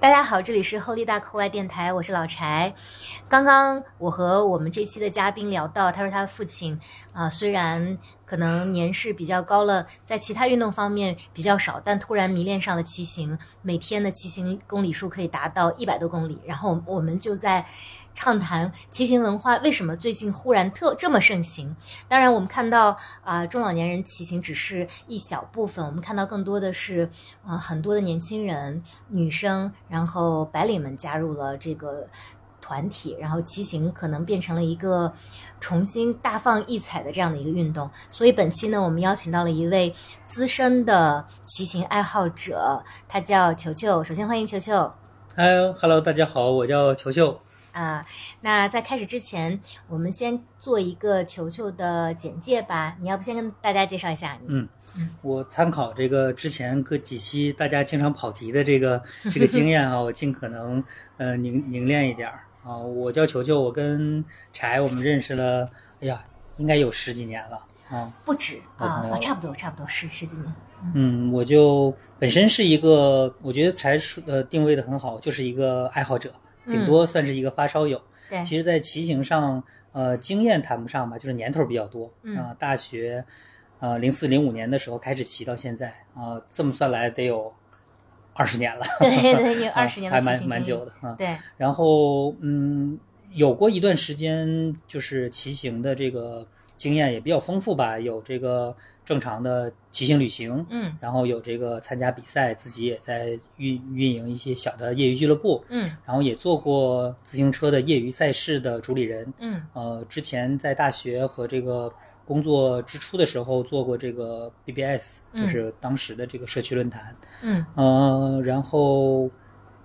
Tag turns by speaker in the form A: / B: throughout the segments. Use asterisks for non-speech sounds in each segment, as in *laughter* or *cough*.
A: 家好，这里是厚地大课外电台，我是老柴。刚刚我和我们这期的嘉宾聊到，他说他父亲啊、虽然可能年事比较高了，在其他运动方面比较少，但突然迷恋上了骑行，每天的骑行公里数可以达到一百多公里。然后我们就在畅谈骑行文化为什么最近忽然特这么盛行。当然，我们看到啊、中老年人骑行只是一小部分，我们看到更多的是啊、很多的年轻人、女生，然后白领们加入了这个团体，然后骑行可能变成了一个重新大放异彩的这样的一个运动。所以本期呢，我们邀请到了一位资深的骑行爱好者，他叫球球。首先欢迎球球。
B: 嗨，Hello，大家好，我叫球球。
A: 啊，那在开始之前，我们先做一个球球的简介吧。你要不先跟大家介绍一下
B: 嗯
A: 你？
B: 我参考这个之前各几期大家经常跑题的这个这个经验啊，我尽可能呃凝凝练一点儿啊。我叫球球，我跟柴我们认识了，哎呀，应该有十几年了啊。
A: 不止啊
B: 没有
A: 啊，差不多，差不多十十几年。
B: 嗯，我就本身是一个，我觉得柴叔呃定位的很好，就是一个爱好者，顶多算是一个发烧友。
A: 对
B: 其实，在骑行上，呃，经验谈不上吧，就是年头儿比较多。
A: 嗯
B: 啊大学，呃，零四零五年的时候开始骑到现在，啊、这么算来得有二十年了。
A: *laughs* 对对，你有 *laughs* 二十年的
B: 还
A: 骑行
B: 蛮
A: 经
B: 蛮
A: 历
B: 久的啊。
A: 对，
B: 然后，嗯，有过一段时间，就是骑行的这个经验也比较丰富吧，有这个正常的骑行旅行，
A: 嗯
B: 然后有这个参加比赛，自己也在运运营一些小的业余俱乐部，
A: 嗯
B: 然后也做过自行车的业余赛事的主理人。
A: 嗯
B: 呃，之前在大学和这个工作之初的时候做过这个 BBS，
A: 嗯
B: 就是当时的这个社区论坛。
A: 嗯
B: 呃，然后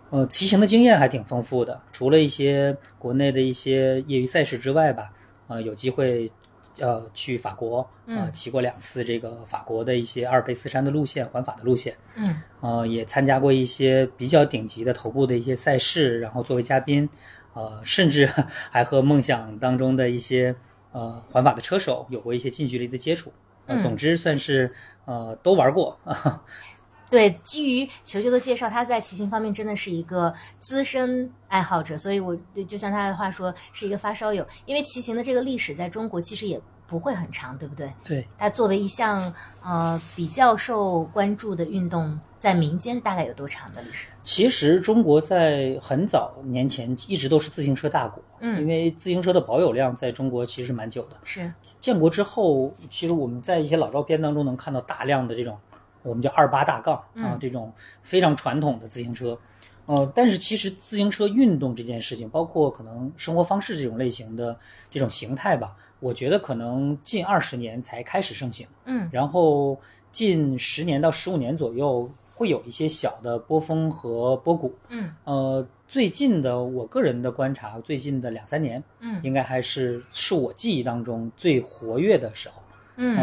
B: 呃，骑行的经验还挺丰富的，除了一些国内的一些业余赛事之外吧，呃，有机会呃去法国，呃，
A: 嗯
B: 骑过两次这个法国的一些阿尔卑斯山的路线、环法的路线，
A: 嗯
B: 呃，也参加过一些比较顶级的头部的一些赛事，然后作为嘉宾，呃，甚至 *laughs* 还和梦想当中的一些呃环法的车手有过一些近距离的接触。呃，
A: 嗯
B: 总之算是呃都玩过， *laughs*
A: 对，基于球球的介绍，他在骑行方面真的是一个资深爱好者，所以我对就像他的话说，是一个发烧友。因为骑行的这个历史在中国其实也不会很长，对不对？
B: 对，
A: 它作为一项呃比较受关注的运动，在民间大概有多长的历史？
B: 其实中国在很早年前一直都是自行车大国，
A: 嗯
B: 因为自行车的保有量在中国其实是蛮久的。
A: 是，
B: 建国之后，其实我们在一些老照片当中能看到大量的这种，我们叫二八大杠啊
A: 嗯，
B: 这种非常传统的自行车。呃，但是其实自行车运动这件事情，包括可能生活方式这种类型的这种形态吧，我觉得可能近二十年才开始盛行。
A: 嗯
B: 然后近十年到十五年左右会有一些小的波峰和波谷。
A: 嗯
B: 呃，最近的我个人的观察，最近的两三年，
A: 嗯
B: 应该还是是我记忆当中最活跃的时候。呃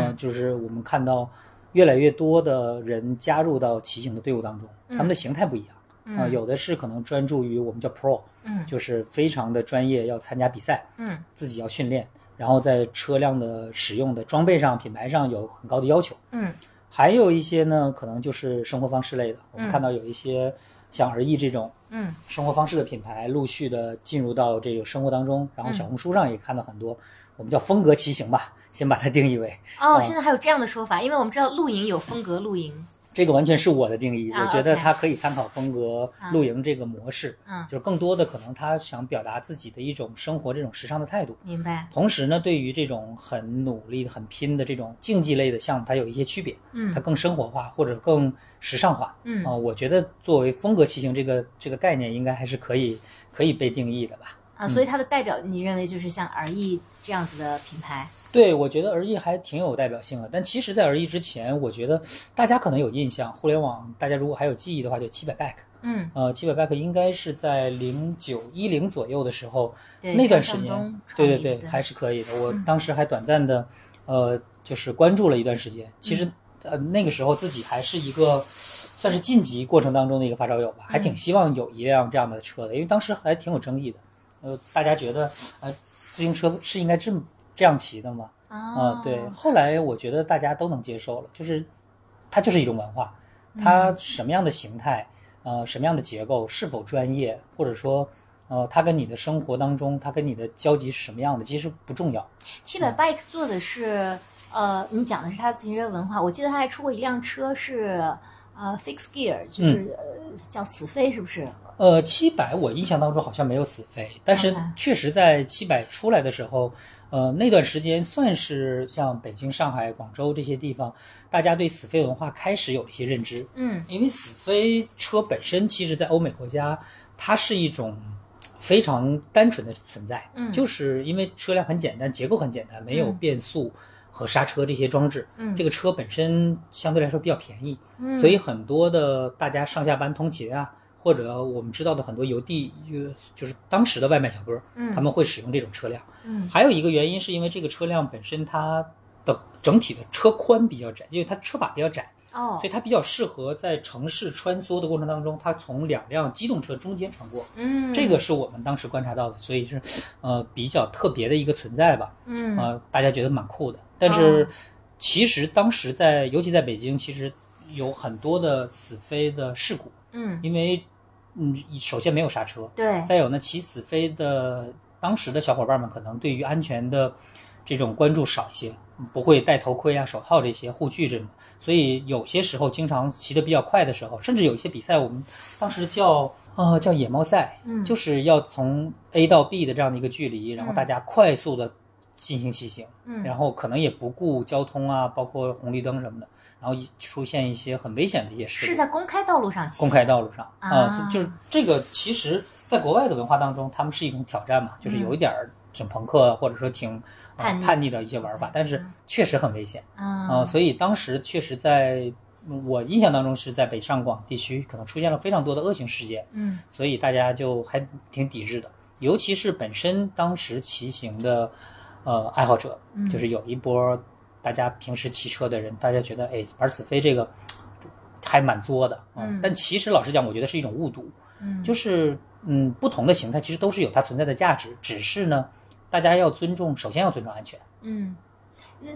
A: 嗯
B: 就是我们看到越来越多的人加入到骑行的队伍当中，他们的形态不一样。啊、
A: 嗯
B: 有的是可能专注于我们叫 pro，
A: 嗯
B: 就是非常的专业，要参加比赛，
A: 嗯
B: 自己要训练，然后在车辆的使用的装备上、品牌上有很高的要求。
A: 嗯
B: 还有一些呢，可能就是生活方式类的。我们看到有一些像而易这种
A: 嗯
B: 生活方式的品牌，陆续的进入到这个生活当中。然后小红书上也看到很多，我们叫风格骑行吧，先把它定义为 *laughs*
A: 哦，
B: 啊
A: 现在还有这样的说法，因为我们知道露营有风格露营，
B: 这个，完全是我的定义。
A: 啊
B: 我觉得
A: OK
B: 它可以参考风格露营这个模式，
A: 嗯，
B: 就是更多的可能他想表达自己的一种生活这种时尚的态度。
A: 明白，
B: 同时呢，对于这种很努力、很拼的这种竞技类的项目，它有一些区别，
A: 嗯
B: 它更生活化或者更时尚化。
A: 嗯
B: 啊、我觉得作为风格骑行这个这个概念，应该还是可以可以被定义的吧。
A: 啊，所以它的代表你认为就是像而易这样子的品牌，
B: 对，我觉得而易还挺有代表性的。但其实，在而易之前，我觉得大家可能有印象，互联网大家如果还有记忆的话，就七百 back。
A: 嗯，
B: 呃，七百 back 应该是在零九一零左右的时候，
A: 对，
B: 那段
A: 张
B: 时
A: 向
B: 间
A: 东，创
B: 对对
A: 立的
B: 对，还是可以的。我当时还短暂的，呃，就是关注了一段时间。其
A: 嗯
B: 实，呃，那个时候自己还是一个算是晋级过程当中的一个发烧友吧，还
A: 嗯
B: 挺希望有一辆这样的车的，因为当时还挺有争议的。呃，大家觉得，呃，自行车是应该这么这样骑的吗？啊
A: 啊，，
B: 对。后来我觉得大家都能接受了，就是它就是一种文化，它什么样的形态，呃什么样的结构，是否专业，或者说呃它跟你的生活当中它跟你的交集是什么样的，其实不重要。
A: 七
B: 嗯
A: 百 bike 做的是，呃，你讲的是他自行车文化。我记得他还出过一辆车是，呃，fix gear，就是、
B: 嗯
A: 呃叫死飞，是不是？
B: 呃，七百我印象当中好像没有死飞，但是
A: OK
B: 确实在七百出来的时候，呃，那段时间算是像北京、上海、广州这些地方，大家对死飞文化开始有了一些认知。
A: 嗯
B: 因为死飞车本身，其实在欧美国家，它是一种非常单纯的存在，
A: 嗯
B: 就是因为车辆很简单，结构很简单，没有
A: 嗯
B: 变速和刹车这些装置，
A: 嗯
B: 这个车本身相对来说比较便宜，
A: 嗯，
B: 所以很多的大家上下班通勤啊，或者我们知道的很多邮递，呃就是当时的外卖小哥，
A: 嗯
B: 他们会使用这种车辆。
A: 嗯
B: 还有一个原因是因为这个车辆本身它的整体的车宽比较窄，因为它车把比较窄，
A: 哦
B: 所以它比较适合在城市穿梭的过程当中，它从两辆机动车中间穿过。
A: 嗯
B: 这个是我们当时观察到的，所以是，呃，比较特别的一个存在吧。
A: 嗯哦
B: 呃，大家觉得蛮酷的。但是其实当时在，尤其在北京，其实有很多的死飞的事故，
A: 嗯
B: 因为嗯，首先没有刹车，
A: 对
B: 再有呢，骑死飞的当时的小伙伴们可能对于安全的这种关注少一些，不会戴头盔啊、手套这些护具这种，所以有些时候经常骑得比较快的时候，甚至有一些比赛我们当时叫。呃，叫野猫赛，
A: 嗯
B: 就是要从 A 到 B 的这样的一个距离，然后大家快速的进行骑行，
A: 嗯
B: 然后可能也不顾交通啊，包括红绿灯什么的，然后一出现一些很危险的一些事故。
A: 是在公开道路上骑行，
B: 公开道路上
A: 啊
B: 所以就是这个，其实在国外的文化当中，他们是一种挑战嘛，就是有一点儿挺朋克或者说挺、呃
A: 嗯叛逆嗯
B: 叛逆的一些玩法，但是确实很危险啊、
A: 啊，
B: 所以当时确实在我印象当中是在北上广地区可能出现了非常多的恶性事件，
A: 嗯
B: 所以大家就还挺抵制的，尤其是本身当时骑行的呃爱好者，
A: 嗯
B: 就是有一波大家平时骑车的人，大家觉得哎玩死飞这个还蛮作的，啊
A: 嗯
B: 但其实老实讲，我觉得是一种误读，
A: 嗯，
B: 就是嗯不同的形态其实都是有它存在的价值，只是呢大家要尊重，首先要尊重安全，
A: 嗯。嗯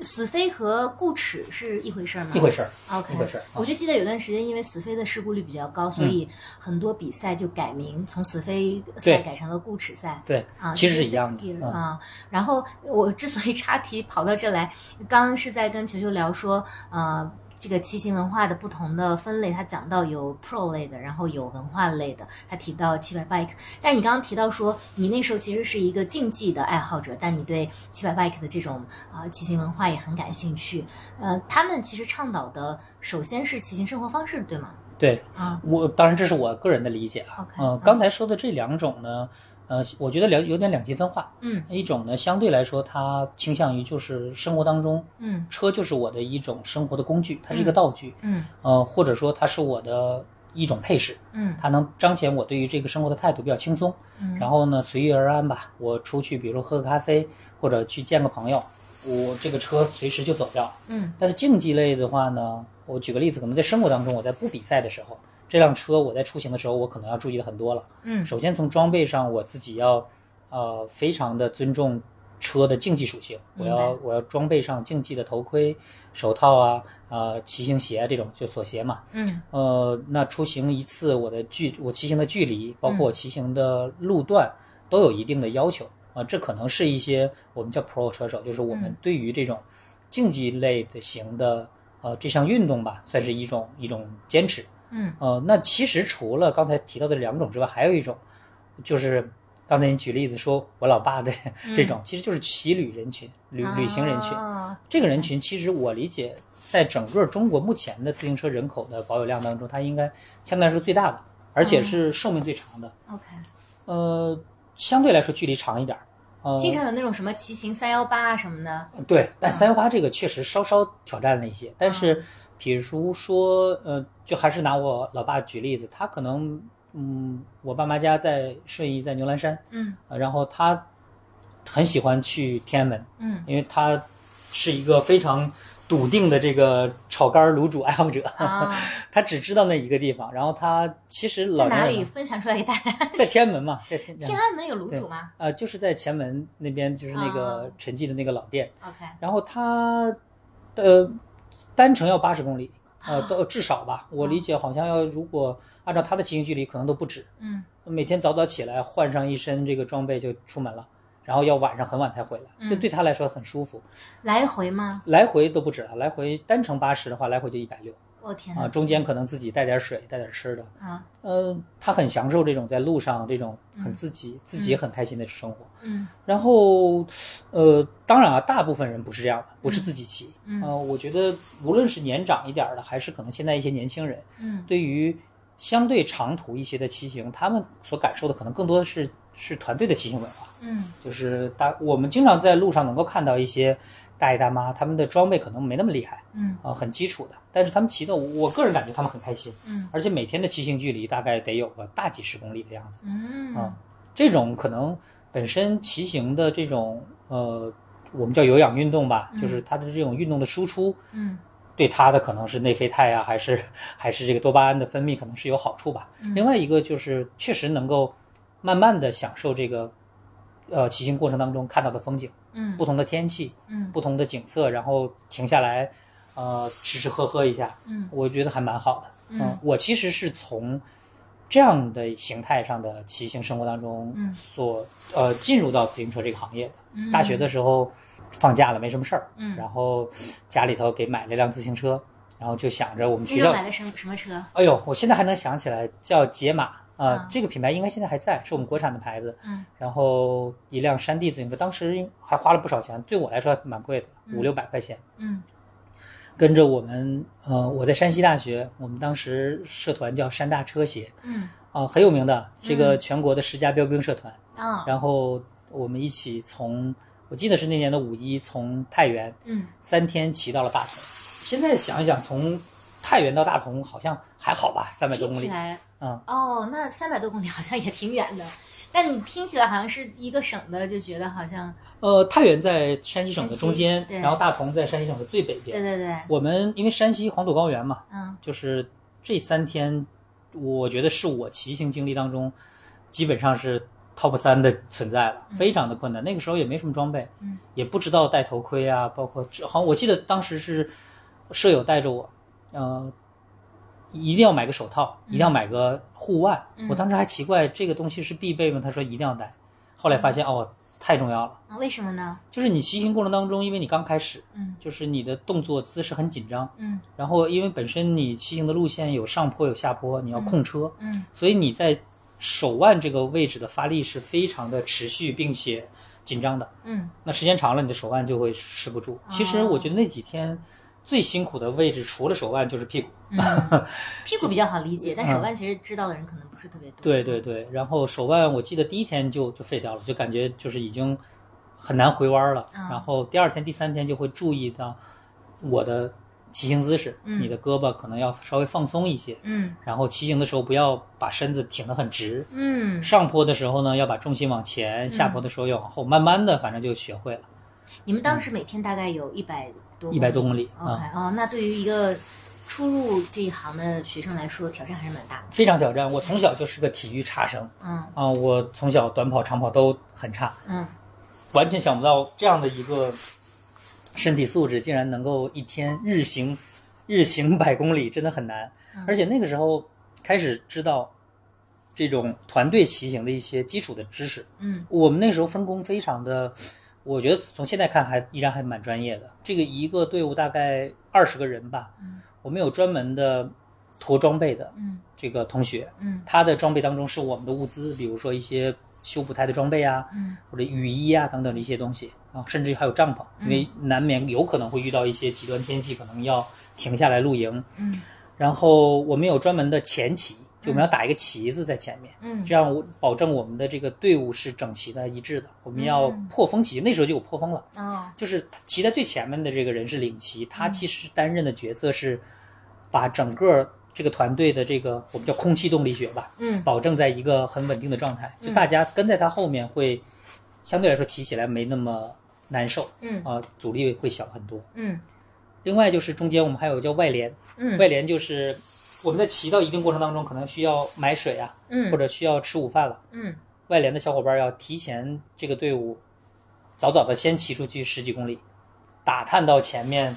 A: 死飞和固齿是一回事儿吗？
B: 一回事儿，
A: OK，
B: 一回事儿啊嗯
A: 我就记得有段时间，因为死飞的事故率比较高，所以很多比赛就改名，从死飞赛
B: 对
A: 改成了固齿赛。
B: 对，
A: 啊，
B: 其实
A: 就是
B: 一样
A: fixed
B: 的
A: gear，
B: 嗯
A: 啊。然后我之所以插题跑到这来，刚刚是在跟球球聊说，呃，这个骑行文化的不同的分类，他讲到有 pro 类的，然后有文化类的，他提到七百 bike。但是你刚刚提到说，你那时候其实是一个竞技的爱好者，但你对七百 bike 的这种啊、呃骑行文化也很感兴趣。呃，他们其实倡导的首先是骑行生活方式，对吗？
B: 对，
A: 啊，
B: 我当然这是我个人的理解啊。
A: OK，
B: 嗯、
A: 嗯
B: 刚才说的这两种呢，呃，我觉得两有点两极分化。
A: 嗯
B: 一种呢，相对来说，它倾向于就是生活当中，
A: 嗯
B: 车就是我的一种生活的工具，它是一个
A: 嗯
B: 道具，
A: 嗯
B: 呃，或者说它是我的一种配饰，
A: 嗯
B: 它能彰显我对于这个生活的态度比较轻松。
A: 嗯，
B: 然后呢，随遇而安吧。我出去，比如喝个咖啡，或者去见个朋友，我这个车随时就走掉。
A: 嗯
B: 但是竞技类的话呢，我举个例子，可能在生活当中，我在不比赛的时候，这辆车我在出行的时候，我可能要注意的很多了。
A: 嗯
B: 首先从装备上，我自己要呃非常的尊重车的竞技属性，我
A: 明白
B: 要我要装备上竞技的头盔、手套啊，呃骑行鞋啊这种就锁鞋嘛。
A: 嗯
B: 呃，那出行一次，我的距我骑行的距离，包
A: 嗯
B: 括我骑行的路段，都有一定的要求啊、这可能是一些我们叫 pro 车手，就是我们
A: 嗯
B: 对于这种竞技类的型的呃这项运动吧，算是一种一种坚持。
A: 嗯
B: 呃，那其实除了刚才提到的两种之外，还有一种就是刚才你举例子说我老爸的
A: 嗯
B: 这种，其实就是骑旅人群、旅旅行人群。
A: 啊
B: 这个人群其实我理解，在整个中国目前的自行车人口的保有量当中，它应该相对来说最大的，而且是寿命最长的。
A: OK，
B: 呃，相对来说距离长一点儿。呃，
A: 经常有那种什么骑行三幺八啊什么的，
B: 对，
A: 嗯
B: 但三幺八这个确实稍稍挑战了一些。但是，比如说，呃，就还是拿我老爸举例子，他可能，嗯，我爸妈家在顺义，在牛栏山，
A: 嗯
B: 呃然后他很喜欢去天安门， *laughs*
A: 嗯
B: 因为他是一个非常笃定的这个炒肝儿卤煮爱好者，
A: 啊，
B: 他只知道那一个地方。然后他其实
A: 在
B: 老年
A: 哪
B: 人
A: 里
B: 嘛
A: 分享出来给大
B: *laughs*
A: 家？
B: 在天安门嘛，在天
A: 天安门有卤煮吗
B: 呃，就是在前门那边，就是那
A: 啊
B: 个陈记的那个老店。
A: ？OK，
B: 然后他呃，单程要八十公里，呃，都至少吧，我理解好像要如果按照他的骑行距离，可能都不止。
A: 嗯，
B: 每天早早起来换上一身这个装备就出门了，然后要晚上很晚才回来，这对他来说很舒服。
A: 来回吗？
B: 来回都不止了，来回单程八十的话，来回就一百六
A: 我哦天
B: 啊，
A: 哪！
B: 中间可能自己带点水，带点吃的。
A: 啊，
B: 嗯，他很享受这种在路上这种很自己、自己很开心的生活。
A: 嗯
B: 然后，呃，当然啊，大部分人不是这样的，不是自己骑。
A: 嗯
B: 呃，我觉得无论是年长一点儿的，还是可能现在一些年轻人，
A: 嗯
B: 对于相对长途一些的骑行，他们所感受的可能更多的是是团队的骑行文化。
A: 嗯
B: 就是大，我们经常在路上能够看到一些大爷大妈，他们的装备可能没那么厉害
A: 嗯
B: 啊、很基础的，但是他们骑的，我个人感觉他们很开心，
A: 嗯
B: 而且每天的骑行距离大概得有个大几十公里的样子。
A: 嗯
B: 啊，这种可能本身骑行的这种呃，我们叫有氧运动吧，
A: 嗯
B: 就是它的这种运动的输出，
A: 嗯
B: 对它的可能是内啡肽啊，还是 *laughs* 还是这个多巴胺的分泌，可能是有好处吧。
A: 嗯
B: 另外一个就是确实能够慢慢的享受这个呃骑行过程当中看到的风景，
A: 嗯
B: 不同的天气，
A: 嗯
B: 不同的景色，然后停下来，呃，吃吃喝喝一下，
A: 嗯
B: 我觉得还蛮好的。
A: 嗯
B: 啊我其实是从这样的形态上的骑行生活当中
A: 嗯
B: 所，呃进入到自行车这个行业的。
A: 嗯
B: 大学的时候放假了，没什么事儿，
A: 嗯
B: 然后家里头给买了一辆自行车，然后就想着我们
A: 那
B: 学
A: 时候
B: 校，
A: 买的什么什么车？
B: 哎呦，我现在还能想起来叫解码。呃，
A: 啊
B: 这个品牌应该现在还在，是我们国产的牌子。
A: 嗯
B: 然后一辆山地自行车，当时还花了不少钱，对我来说还蛮贵的，
A: 嗯
B: 五六百块钱。
A: 嗯
B: 跟着我们，呃，我在山西大学，我们当时社团叫山大车协
A: 嗯
B: 啊、很有名的，这个
A: 嗯
B: 全国的十佳标兵社团。
A: 啊
B: 然后我们一起从，我记得是那年的五一，从太原
A: 嗯
B: 三天骑到了大同。现在想一想，从太原到大同好像还好吧，三百多
A: 听
B: 公
A: 起
B: 里。
A: 来，
B: 嗯
A: 哦，那三百多公里好像也挺远的，但你听起来好像是一个省的，就觉得好像
B: 呃，太原在山西省
A: 山
B: 的
A: 西
B: 中间，
A: 对
B: 然后大同在山西省的最北
A: 对
B: 边。
A: 对对，
B: 我们因为山西黄土高原嘛，
A: 嗯
B: 就是这三天，我觉得是我骑行经历当中基本上是 top 三的存在了，非常的困难。那个时候也没什么装备，
A: 嗯
B: 也不知道戴头盔啊，包括这好像我记得当时是舍友带着我，呃，一定要买个手套，一定要买个护腕。
A: 嗯
B: 我当时还奇怪这个东西是必备吗？他说一定要戴，后来发
A: 嗯
B: 现哦，太重要了。
A: 啊，为什么呢？
B: 就是你骑行过程当中，因为你刚开始，
A: 嗯
B: 就是你的动作姿势很紧张，
A: 嗯
B: 然后因为本身你骑行的路线有上坡有下坡，你要控车，
A: 嗯
B: 所以你在手腕这个位置的发力是非常的持续并且紧张的。
A: 嗯
B: 那时间长了，你的手腕就会持不
A: 哦
B: 住。其实我觉得那几天最辛苦的位置，除了手腕就是屁股。 *laughs*
A: 嗯，屁股比较好理解，但手腕其实知道的人可能不是特别多。
B: 嗯对对对，然后手腕我记得第一天就就废掉了，就感觉就是已经很难回弯了。
A: 嗯
B: 然后第二天、第三天就会注意到我的骑行姿势，
A: 嗯
B: 你的胳膊可能要稍微放松一些。
A: 嗯
B: 然后骑行的时候不要把身子挺得很直，
A: 嗯，
B: 上坡的时候呢要把重心往前，下坡的时候要往后，慢慢的反正就学会了，
A: 哦你们当时每天大概有一百多
B: 嗯一百多公里啊、
A: OK 哦，那对于一个初入这一行的学生来说，挑战还是蛮大的。
B: 非常挑战。我从小就是个体育差生
A: 嗯
B: 啊、我从小短跑、长跑都很差，
A: 嗯
B: 完全想不到这样的一个身体素质竟然能够一天日行日行百公里，真的很难
A: 嗯。
B: 而且那个时候开始知道这种团队骑行的一些基础的知识，
A: 嗯
B: 我们那时候分工非常的，我觉得从现在看还依然还蛮专业的。这个一个队伍大概二十个人吧，
A: 嗯
B: 我们有专门的驮装备的
A: 嗯
B: 这个同学，
A: 嗯
B: 他的装备当中是我们的物资，比如说一些修补胎的装备啊，
A: 嗯
B: 或者雨衣啊等等的一些东西啊，甚至还有帐篷，因为难免有可能会遇到一些极端天气，可能要停下来露营。
A: 嗯
B: 然后我们有专门的前旗，就我们要打一个旗子在前面。
A: 嗯
B: 这样我保证我们的这个队伍是整齐的、一致的。我们要
A: 嗯
B: 破风旗，那时候就有破风了，
A: 哦
B: 就是骑在最前面的这个人是领旗，他
A: 嗯
B: 其实担任的角色是把整个这个团队的这个我们叫空气动力学吧，
A: 嗯
B: 保证在一个很稳定的状态。就大家跟在他后面会相对来说骑起来没那么难受，
A: 嗯
B: 啊、阻力会小很多。
A: 嗯
B: 另外就是中间我们还有叫外联，
A: 嗯
B: 外联就是我们在骑到一定过程当中，可能需要买水啊，
A: 嗯
B: 或者需要吃午饭了。
A: 嗯
B: 外联的小伙伴要提前这个队伍早早的先骑出去十几公里，打探到前面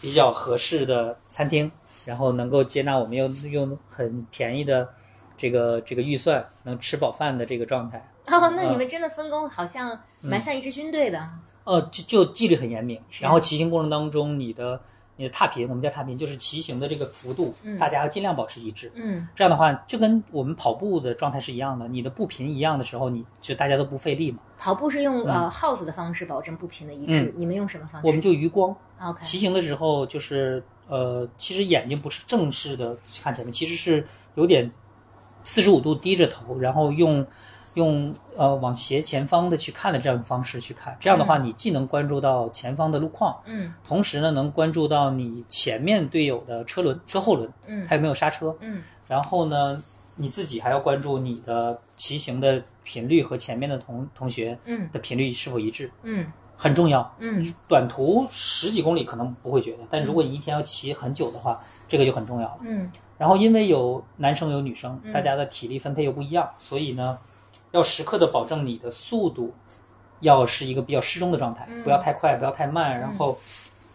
B: 比较合适的餐厅，然后能够接纳我们用用很便宜的这个这个预算能吃饱饭的这个状态。
A: 哦，那你们真的分工好像
B: 嗯
A: 蛮像一支军队的。
B: 呃，就就纪律很严明。
A: 是
B: 然后骑行过程当中，你的你的踏频，我们叫踏频，就是骑行的这个幅度，
A: 嗯
B: 大家要尽量保持一致。
A: 嗯
B: 这样的话，就跟我们跑步的状态是一样的，你的步频一样的时候，你就大家都不费力嘛。
A: 跑步是用呃耗子的方式保证步频的一致，你们用什么方式？
B: 嗯我们就余光
A: OK 嗯
B: 骑行的时候，就是呃，其实眼睛不是正视的看前面，其实是有点四十五度低着头，然后用用呃往斜前方的去看的这样的方式去看。这样的话，你既能关注到前方的路况，
A: 嗯
B: 同时呢，能关注到你前面队友的车轮、车后轮，
A: 嗯
B: 还有没有刹车，
A: 嗯
B: 然后呢，你自己还要关注你的骑行的频率和前面的同同学
A: 嗯
B: 的频率是否一致，
A: 嗯
B: 很重要。
A: 嗯
B: 短途十几公里可能不会觉得，但如果你一天要骑很久的话，这个就很重要了。
A: 嗯
B: 然后因为有男生有女生，大家的体力分配又不一样，所以呢，要时刻的保证你的速度要是一个比较适中的状态，
A: 嗯
B: 不要太快，不要太慢。然后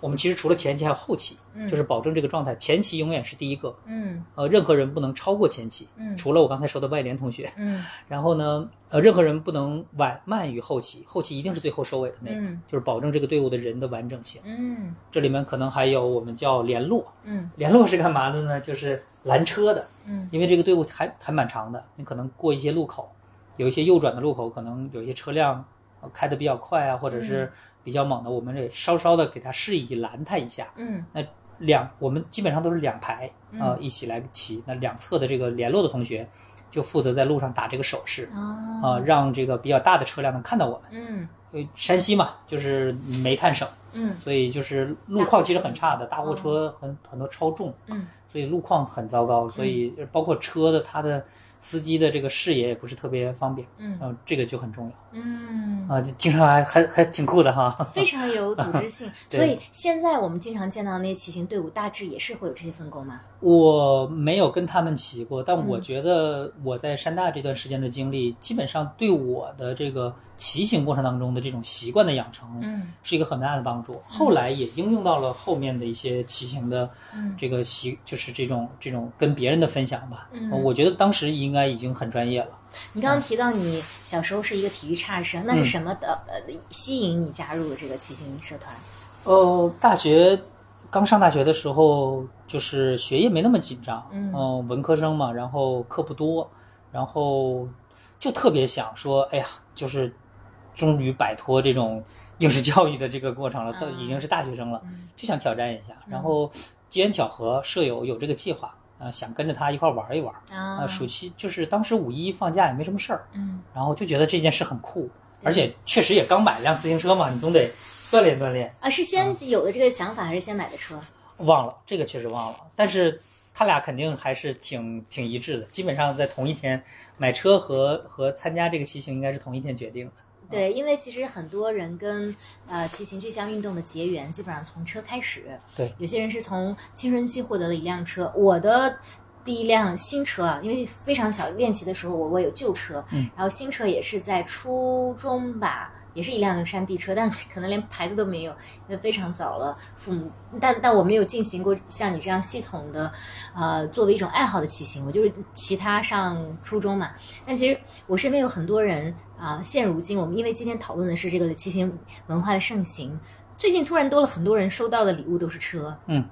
B: 我们其实除了前期还有后期，
A: 嗯
B: 就是保证这个状态，前期永远是第一个，
A: 嗯
B: 呃，任何人不能超过前期，
A: 嗯
B: 除了我刚才说的外联同学。
A: 嗯
B: 然后呢，呃，任何人不能晚慢于后期，后期一定是最后收尾的那个，
A: 嗯
B: 就是保证这个队伍的人的完整性。
A: 嗯
B: 这里面可能还有我们叫联络，
A: 嗯
B: 联络是干嘛的呢？就是拦车的，
A: 嗯，
B: 因为这个队伍还还蛮长的，你可能过一些路口，有一些右转的路口，可能有一些车辆呃开得比较快啊，或者是比较猛的，我们得稍稍的给他示意拦他一下。
A: 嗯
B: 那两我们基本上都是两排
A: 嗯
B: 啊、呃一起来骑，那两侧的这个联络的同学就负责在路上打这个手势啊、
A: 啊
B: 让这个比较大的车辆能看到我们。
A: 嗯
B: 因为山西嘛，就是煤炭省，
A: 嗯
B: 所以就是路况其实很差的，大货车很很多超重，
A: 嗯
B: 所以路况很糟糕，所以包括车的它的司机的这个视野也不是特别方便，
A: 嗯
B: 呃，这个就很重要
A: 嗯。
B: 啊，就听上还还还挺酷的哈， *laughs*
A: 非常有组织性，
B: 对
A: 所以现在我们经常见到那些骑行队伍，大致也是会有这些分工嘛。
B: 我没有跟他们骑过，
A: 嗯
B: 但我觉得我在山大这段时间的经历，基本上对我的这个骑行过程当中的这种习惯的养成，
A: 嗯
B: 是一个很大的帮助。后来也应用到了后面的一些骑行的
A: 嗯
B: 这个习，就是这种这种跟别人的分享吧。
A: 嗯
B: 呃我觉得当时应该已经很专业了。
A: 你刚刚
B: 嗯
A: 提到你小时候是一个体育差生，那是什么的呃吸引你加入这个骑行社团？哦
B: 呃，大学刚上大学的时候，就是学业没那么紧张，
A: 嗯
B: 呃文科生嘛，然后课不多，然后就特别想说，哎呀，就是终于摆脱这种应试教育的这个过程了，
A: 啊
B: 都已经是大学生了，
A: 嗯
B: 就想挑战一下。然后机缘巧合，舍友有这个计划，啊、想跟着他一块儿玩一玩。啊、
A: 啊
B: 暑期就是当时五一放假也没什么事儿，
A: 嗯
B: 然后就觉得这件事很酷，而且确实也刚买辆自行车嘛，你总得锻炼锻炼。
A: 啊，是先有的这个想法，还是先买的车？
B: 忘了，这个确实忘了。但是他俩肯定还是挺挺一致的，基本上在同一天买车和和参加这个骑行应该是同一天决定的。
A: 对，因为其实很多人跟呃骑行这项运动的结缘，基本上从车开始。
B: 对，
A: 有些人是从青春期获得了一辆车。我的第一辆新车啊，因为非常小，练习的时候我我有旧车，
B: 嗯
A: 然后新车也是在初中吧，也是一辆山地车，但可能连牌子都没有，那非常早了。父母，但但我没有进行过像你这样系统的，呃，作为一种爱好的骑行，我就是骑它上初中嘛。但其实我身边有很多人啊、现如今我们因为今天讨论的是这个骑行文化的盛行，最近突然多了很多人收到的礼物都是车。
B: 嗯，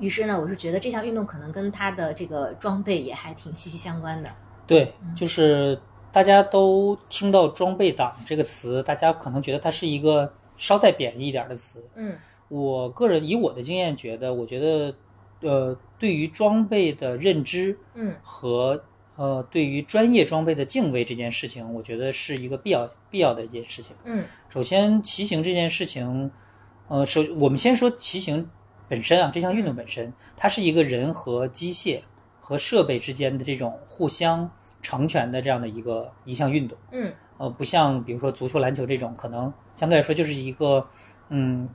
A: 于是呢，我是觉得这项运动可能跟他的这个装备也还挺息息相关的。
B: 对，就是大家都听到“装备党”这个词，大家可能觉得它是一个稍带贬义一点的词。
A: 嗯
B: 我个人以我的经验觉得，我觉得，呃，对于装备的认知
A: 嗯
B: 和呃对于专业装备的敬畏这件事情，我觉得是一个必要必要的一件事情。
A: 嗯
B: 首先，骑行这件事情，呃，首我们先说骑行本身啊，这项运动本身，它是一个人和机械和设备之间的这种互相成全的这样的一个一项运动。
A: 嗯
B: 呃，不像比如说足球、篮球这种，可能相对来说就是一个，嗯，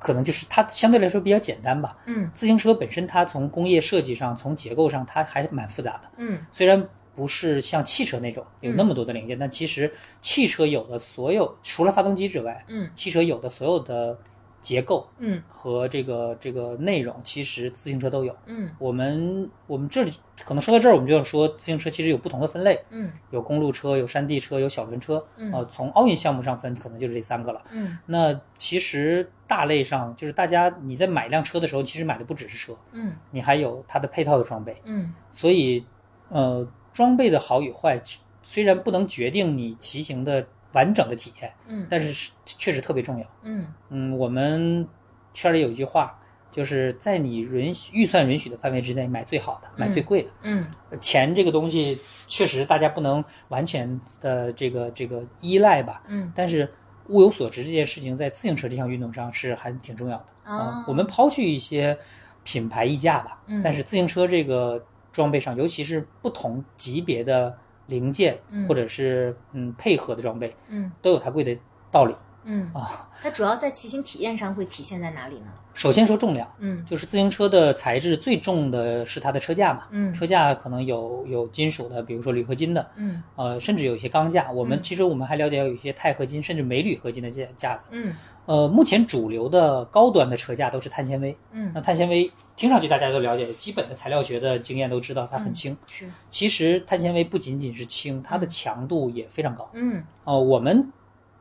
B: 可能就是它相对来说比较简单吧。
A: 嗯
B: 自行车本身，它从工业设计上、从结构上，它还蛮复杂的。
A: 嗯
B: 虽然不是像汽车那种有那么多的零件，但其实汽车有的所有除了发动机之外，
A: 嗯
B: 汽车有的所有的结构
A: 嗯
B: 和这个这个内容，其实自行车都有。
A: 嗯
B: 我们我们这里可能说到这儿，我们就要说自行车其实有不同的分类，
A: 嗯
B: 有公路车，有山地车，有小轮车。
A: 嗯
B: 呃，从奥运项目上分，可能就是这三个了。
A: 嗯
B: 那其实大类上，就是大家你在买一辆车的时候，其实买的不只是车，
A: 嗯
B: 你还有它的配套的装备。
A: 嗯
B: 所以，呃，装备的好与坏，其虽然不能决定你骑行的完整的体验，
A: 嗯
B: 但是是确实特别重要。
A: 嗯
B: 嗯，我们圈里有一句话，就是在你允许预算允许的范围之内买最好的，买最贵的。
A: 嗯
B: 钱这个东西确实大家不能完全的这个这个依赖吧，
A: 嗯
B: 但是物有所值这件事情在自行车这项运动上是还挺重要的啊、
A: 哦
B: 我们抛去一些品牌溢价吧，
A: 嗯
B: 但是自行车这个装备上，尤其是不同级别的零件、
A: 嗯
B: 或者是嗯配合的装备，
A: 嗯
B: 都有它贵的道理
A: 嗯，
B: 啊。
A: 它主要在骑行体验上会体现在哪里呢？
B: 首先说重量，
A: 嗯
B: 就是自行车的材质最重的是它的车架嘛，
A: 嗯
B: 车架可能有有金属的，比如说铝合金的，
A: 嗯
B: 呃，甚至有一些钢架。我们
A: 嗯
B: 其实我们还了解有一些钛合金甚至镁铝合金的架架子。
A: 嗯
B: 呃，目前主流的高端的车架都是碳纤维。那
A: 嗯，
B: 碳纤维听上去大家都了解，基本的材料学的经验都知道它很轻。
A: 是
B: 其实碳纤维不仅仅是轻，它的强度也非常高。
A: 嗯
B: 呃，我们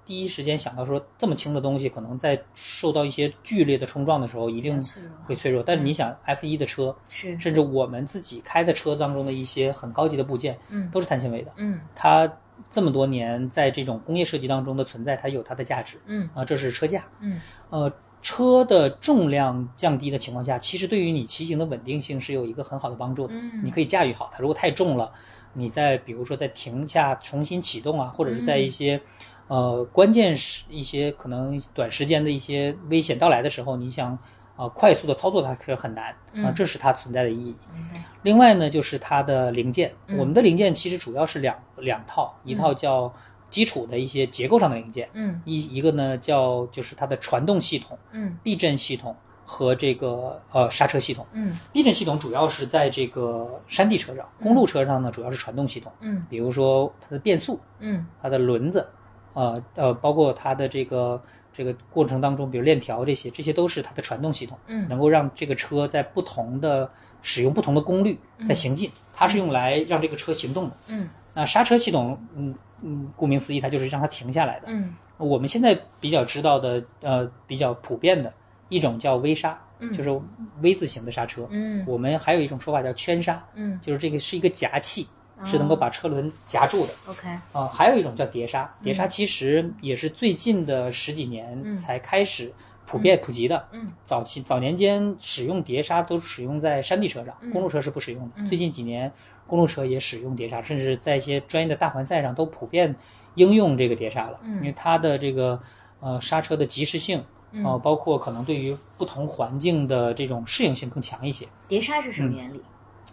B: 第一时间想到说，这么轻的东西可能在受到一些剧烈的冲撞的时候，一定
A: 脆弱
B: 会脆弱。但是你想，F 1的车，
A: 是
B: 甚至我们自己开的车当中的一些很高级的部件，
A: 嗯
B: 都是碳纤维的。
A: 嗯
B: 它这么多年在这种工业设计当中的存在，它有它的价值
A: 嗯
B: 啊，这是车架。
A: 嗯
B: 呃，车的重量降低的情况下，其实对于你骑行的稳定性是有一个很好的帮助的。
A: 嗯
B: 你可以驾驭好它。如果太重了，你在比如说在停下重新启动啊，或者是在一
A: 嗯
B: 些、呃关键时一些可能短时间的一些危险到来的时候，你想啊、呃快速的操作它是很难啊、
A: 嗯
B: 这是它存在的意义。
A: 明白
B: 另外呢，就是它的零件，
A: 嗯
B: 我们的零件其实主要是两两套，一套叫基础的一些结构上的零件，
A: 嗯
B: 一一个呢叫就是它的传动系统、
A: 嗯
B: 避震系统和这个呃刹车系统。
A: 嗯
B: 避震系统主要是在这个山地车上，公路车上呢主要是传动系统，
A: 嗯
B: 比如说它的变速、
A: 嗯
B: 它的轮子，呃呃，包括它的这个这个过程当中，比如链条这些，这些都是它的传动系统，
A: 嗯
B: 能够让这个车在不同的使用不同的功率在行进，它是用来让这个车行动的。
A: 嗯
B: 那刹车系统，嗯嗯，顾名思义，它就是让它停下来的。
A: 嗯
B: 我们现在比较知道的，呃，比较普遍的一种叫微刹，
A: 嗯
B: 就是 V 字形的刹车。
A: 嗯
B: 我们还有一种说法叫圈刹，
A: 嗯
B: 就是这个是一个夹器，是
A: 哦
B: 能够把车轮夹住的。
A: OK
B: 啊、还有一种叫碟刹，碟刹其实也是最近的十几年
A: 嗯
B: 才开始普遍普及的。
A: 嗯
B: 早期早年间使用碟刹都使用在山地车上，公路车是不使用的。
A: 嗯
B: 最近几年，公路车也使用碟刹，甚至在一些专业的大环赛上都普遍应用这个碟刹了，
A: 嗯
B: 因为它的这个呃刹车的及时性。
A: 嗯
B: 呃，包括可能对于不同环境的这种适应性更强一些。
A: 碟刹是什
B: 嗯
A: 么原理？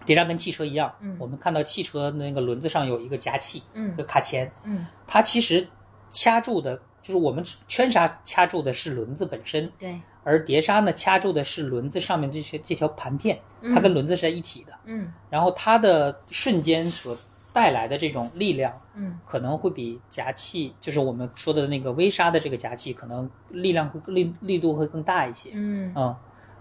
B: 碟刹跟汽车一样，
A: 嗯
B: 我们看到汽车那个轮子上有一个夹器，
A: 嗯
B: 一个卡钳，
A: 嗯
B: 它其实掐住的，就是我们圈刹掐住的是轮子本身，
A: 对
B: 而碟刹呢掐住的是轮子上面这些这条盘片，
A: 嗯
B: 它跟轮子是在一体的。
A: 嗯
B: 然后它的瞬间所带来的这种力量，
A: 嗯
B: 可能会比夹器，就是我们说的那个微刹的这个夹器，可能力量会力力度会更大一些。
A: 嗯
B: 嗯，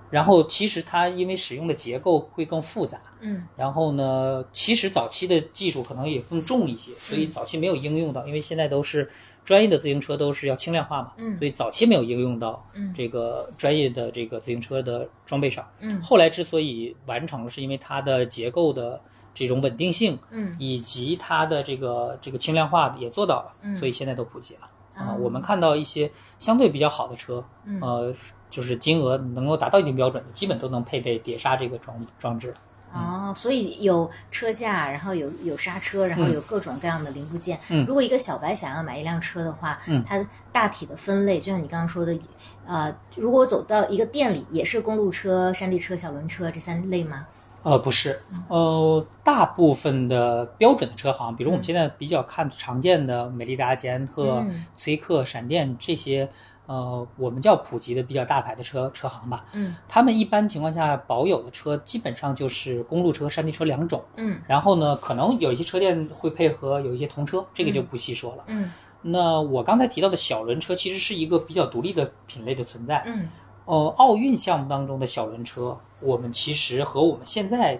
B: 然后其实它因为使用的结构会更复杂，
A: 嗯
B: 然后呢，其实早期的技术可能也更重一些，
A: 嗯
B: 所以早期没有应用到，因为现在都是专业的自行车都是要轻量化嘛，
A: 嗯
B: 所以早期没有应用到
A: 嗯
B: 这个专业的这个自行车的装备上。
A: 嗯
B: 后来之所以完成了，是因为它的结构的这种稳定性，
A: 嗯
B: 以及它的这个这个轻量化也做到了，
A: 嗯
B: 所以现在都普及了。啊、
A: 哦
B: 我们看到一些相对比较好的车，
A: 嗯
B: 呃，就是金额能够达到一定标准的，基本都能配备碟刹这个装装置。
A: 哦，所以有车架，然后有有刹车，然后有各种各样的零部件。
B: 嗯
A: 如果一个小白想要买一辆车的话，
B: 嗯
A: 它大体的分类，就像你刚刚说的，呃，如果我走到一个店里，也是公路车、山地车、小轮车这三类吗？
B: 呃，不是，呃，大部分的标准的车行，比如我们现在比较看常见的美利达、捷安特
A: 嗯、
B: 崔克、闪电这些，呃，我们叫普及的比较大牌的车车行吧，
A: 嗯
B: 他们一般情况下保有的车基本上就是公路车、山地车两种。
A: 嗯
B: 然后呢，可能有一些车店会配合有一些童车，这个就不细说了。
A: 嗯
B: 那我刚才提到的小轮车其实是一个比较独立的品类的存在。
A: 嗯
B: 呃，奥运项目当中的小轮车，我们其实和我们现在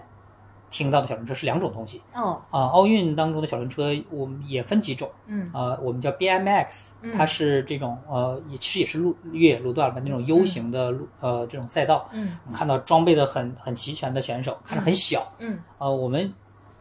B: 听到的小轮车是两种东西
A: 哦
B: 啊、奥运当中的小轮车，我们也分几种
A: 嗯
B: 啊、我们叫 BMX，
A: 嗯
B: 它是这种呃，也其实也是路越野路段吧，那种 U 型的路、呃这种赛道，
A: 嗯
B: 我们看到装备的很很齐全的选手，看着很小
A: 嗯
B: 啊、我们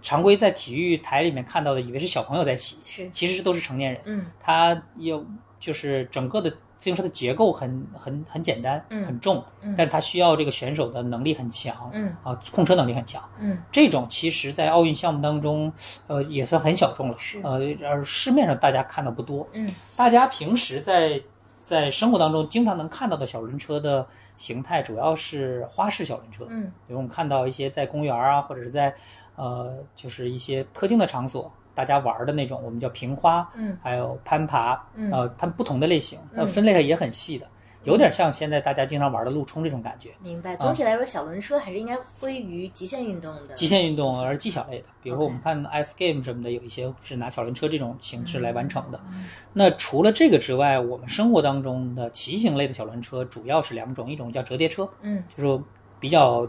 B: 常规在体育台里面看到的，以为是小朋友在骑，
A: 是
B: 其实都是成年人。
A: 嗯
B: 它有就是整个的自行车的结构很很很简单，
A: 嗯
B: 很重，
A: 嗯
B: 但是它需要这个选手的能力很强，
A: 嗯
B: 啊，控车能力很强。
A: 嗯
B: 这种其实，在奥运项目当中，呃，也算很小众了，
A: 是
B: 呃，而市面上大家看的不多，
A: 嗯
B: 大家平时在在生活当中经常能看到的小轮车的形态，主要是花式小轮车，
A: 嗯
B: 比如我们看到一些在公园啊，或者是在呃，就是一些特定的场所，大家玩的那种，我们叫平花，
A: 嗯
B: 还有攀爬，
A: 嗯
B: 呃，它们不同的类型，呃，
A: 嗯
B: 分类也很细的，有点像现在大家经常玩的路冲这种感觉，
A: 明白。总体来说，小轮车还是应该归于极限运动的。
B: 极限运动而技巧类的，比如说
A: OK
B: 我们看 Ice Game 什么的，有一些是拿小轮车这种形式来完成的。
A: 嗯
B: 那除了这个之外，我们生活当中的骑行类的小轮车主要是两种，一种叫折叠车，
A: 嗯
B: 就是比较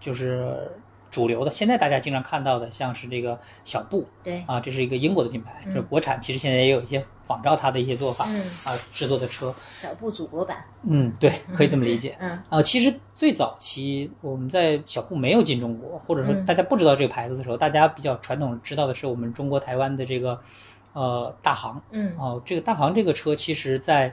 B: 就是主流的，现在大家经常看到的，像是这个小布
A: 对
B: 啊，这是一个英国的品牌，
A: 嗯
B: 就是国产，其实现在也有一些仿照它的一些做法。
A: 嗯
B: 啊，制作的车，
A: 小布祖国版
B: 嗯，对，可以这么理解。
A: 嗯
B: 啊，其实最早期我们在小布没有进中国，或者说
A: 嗯
B: 大家不知道这个牌子的时候，大家比较传统知道的是我们中国台湾的这个呃大行
A: 嗯
B: 哦、这个大行这个车其实在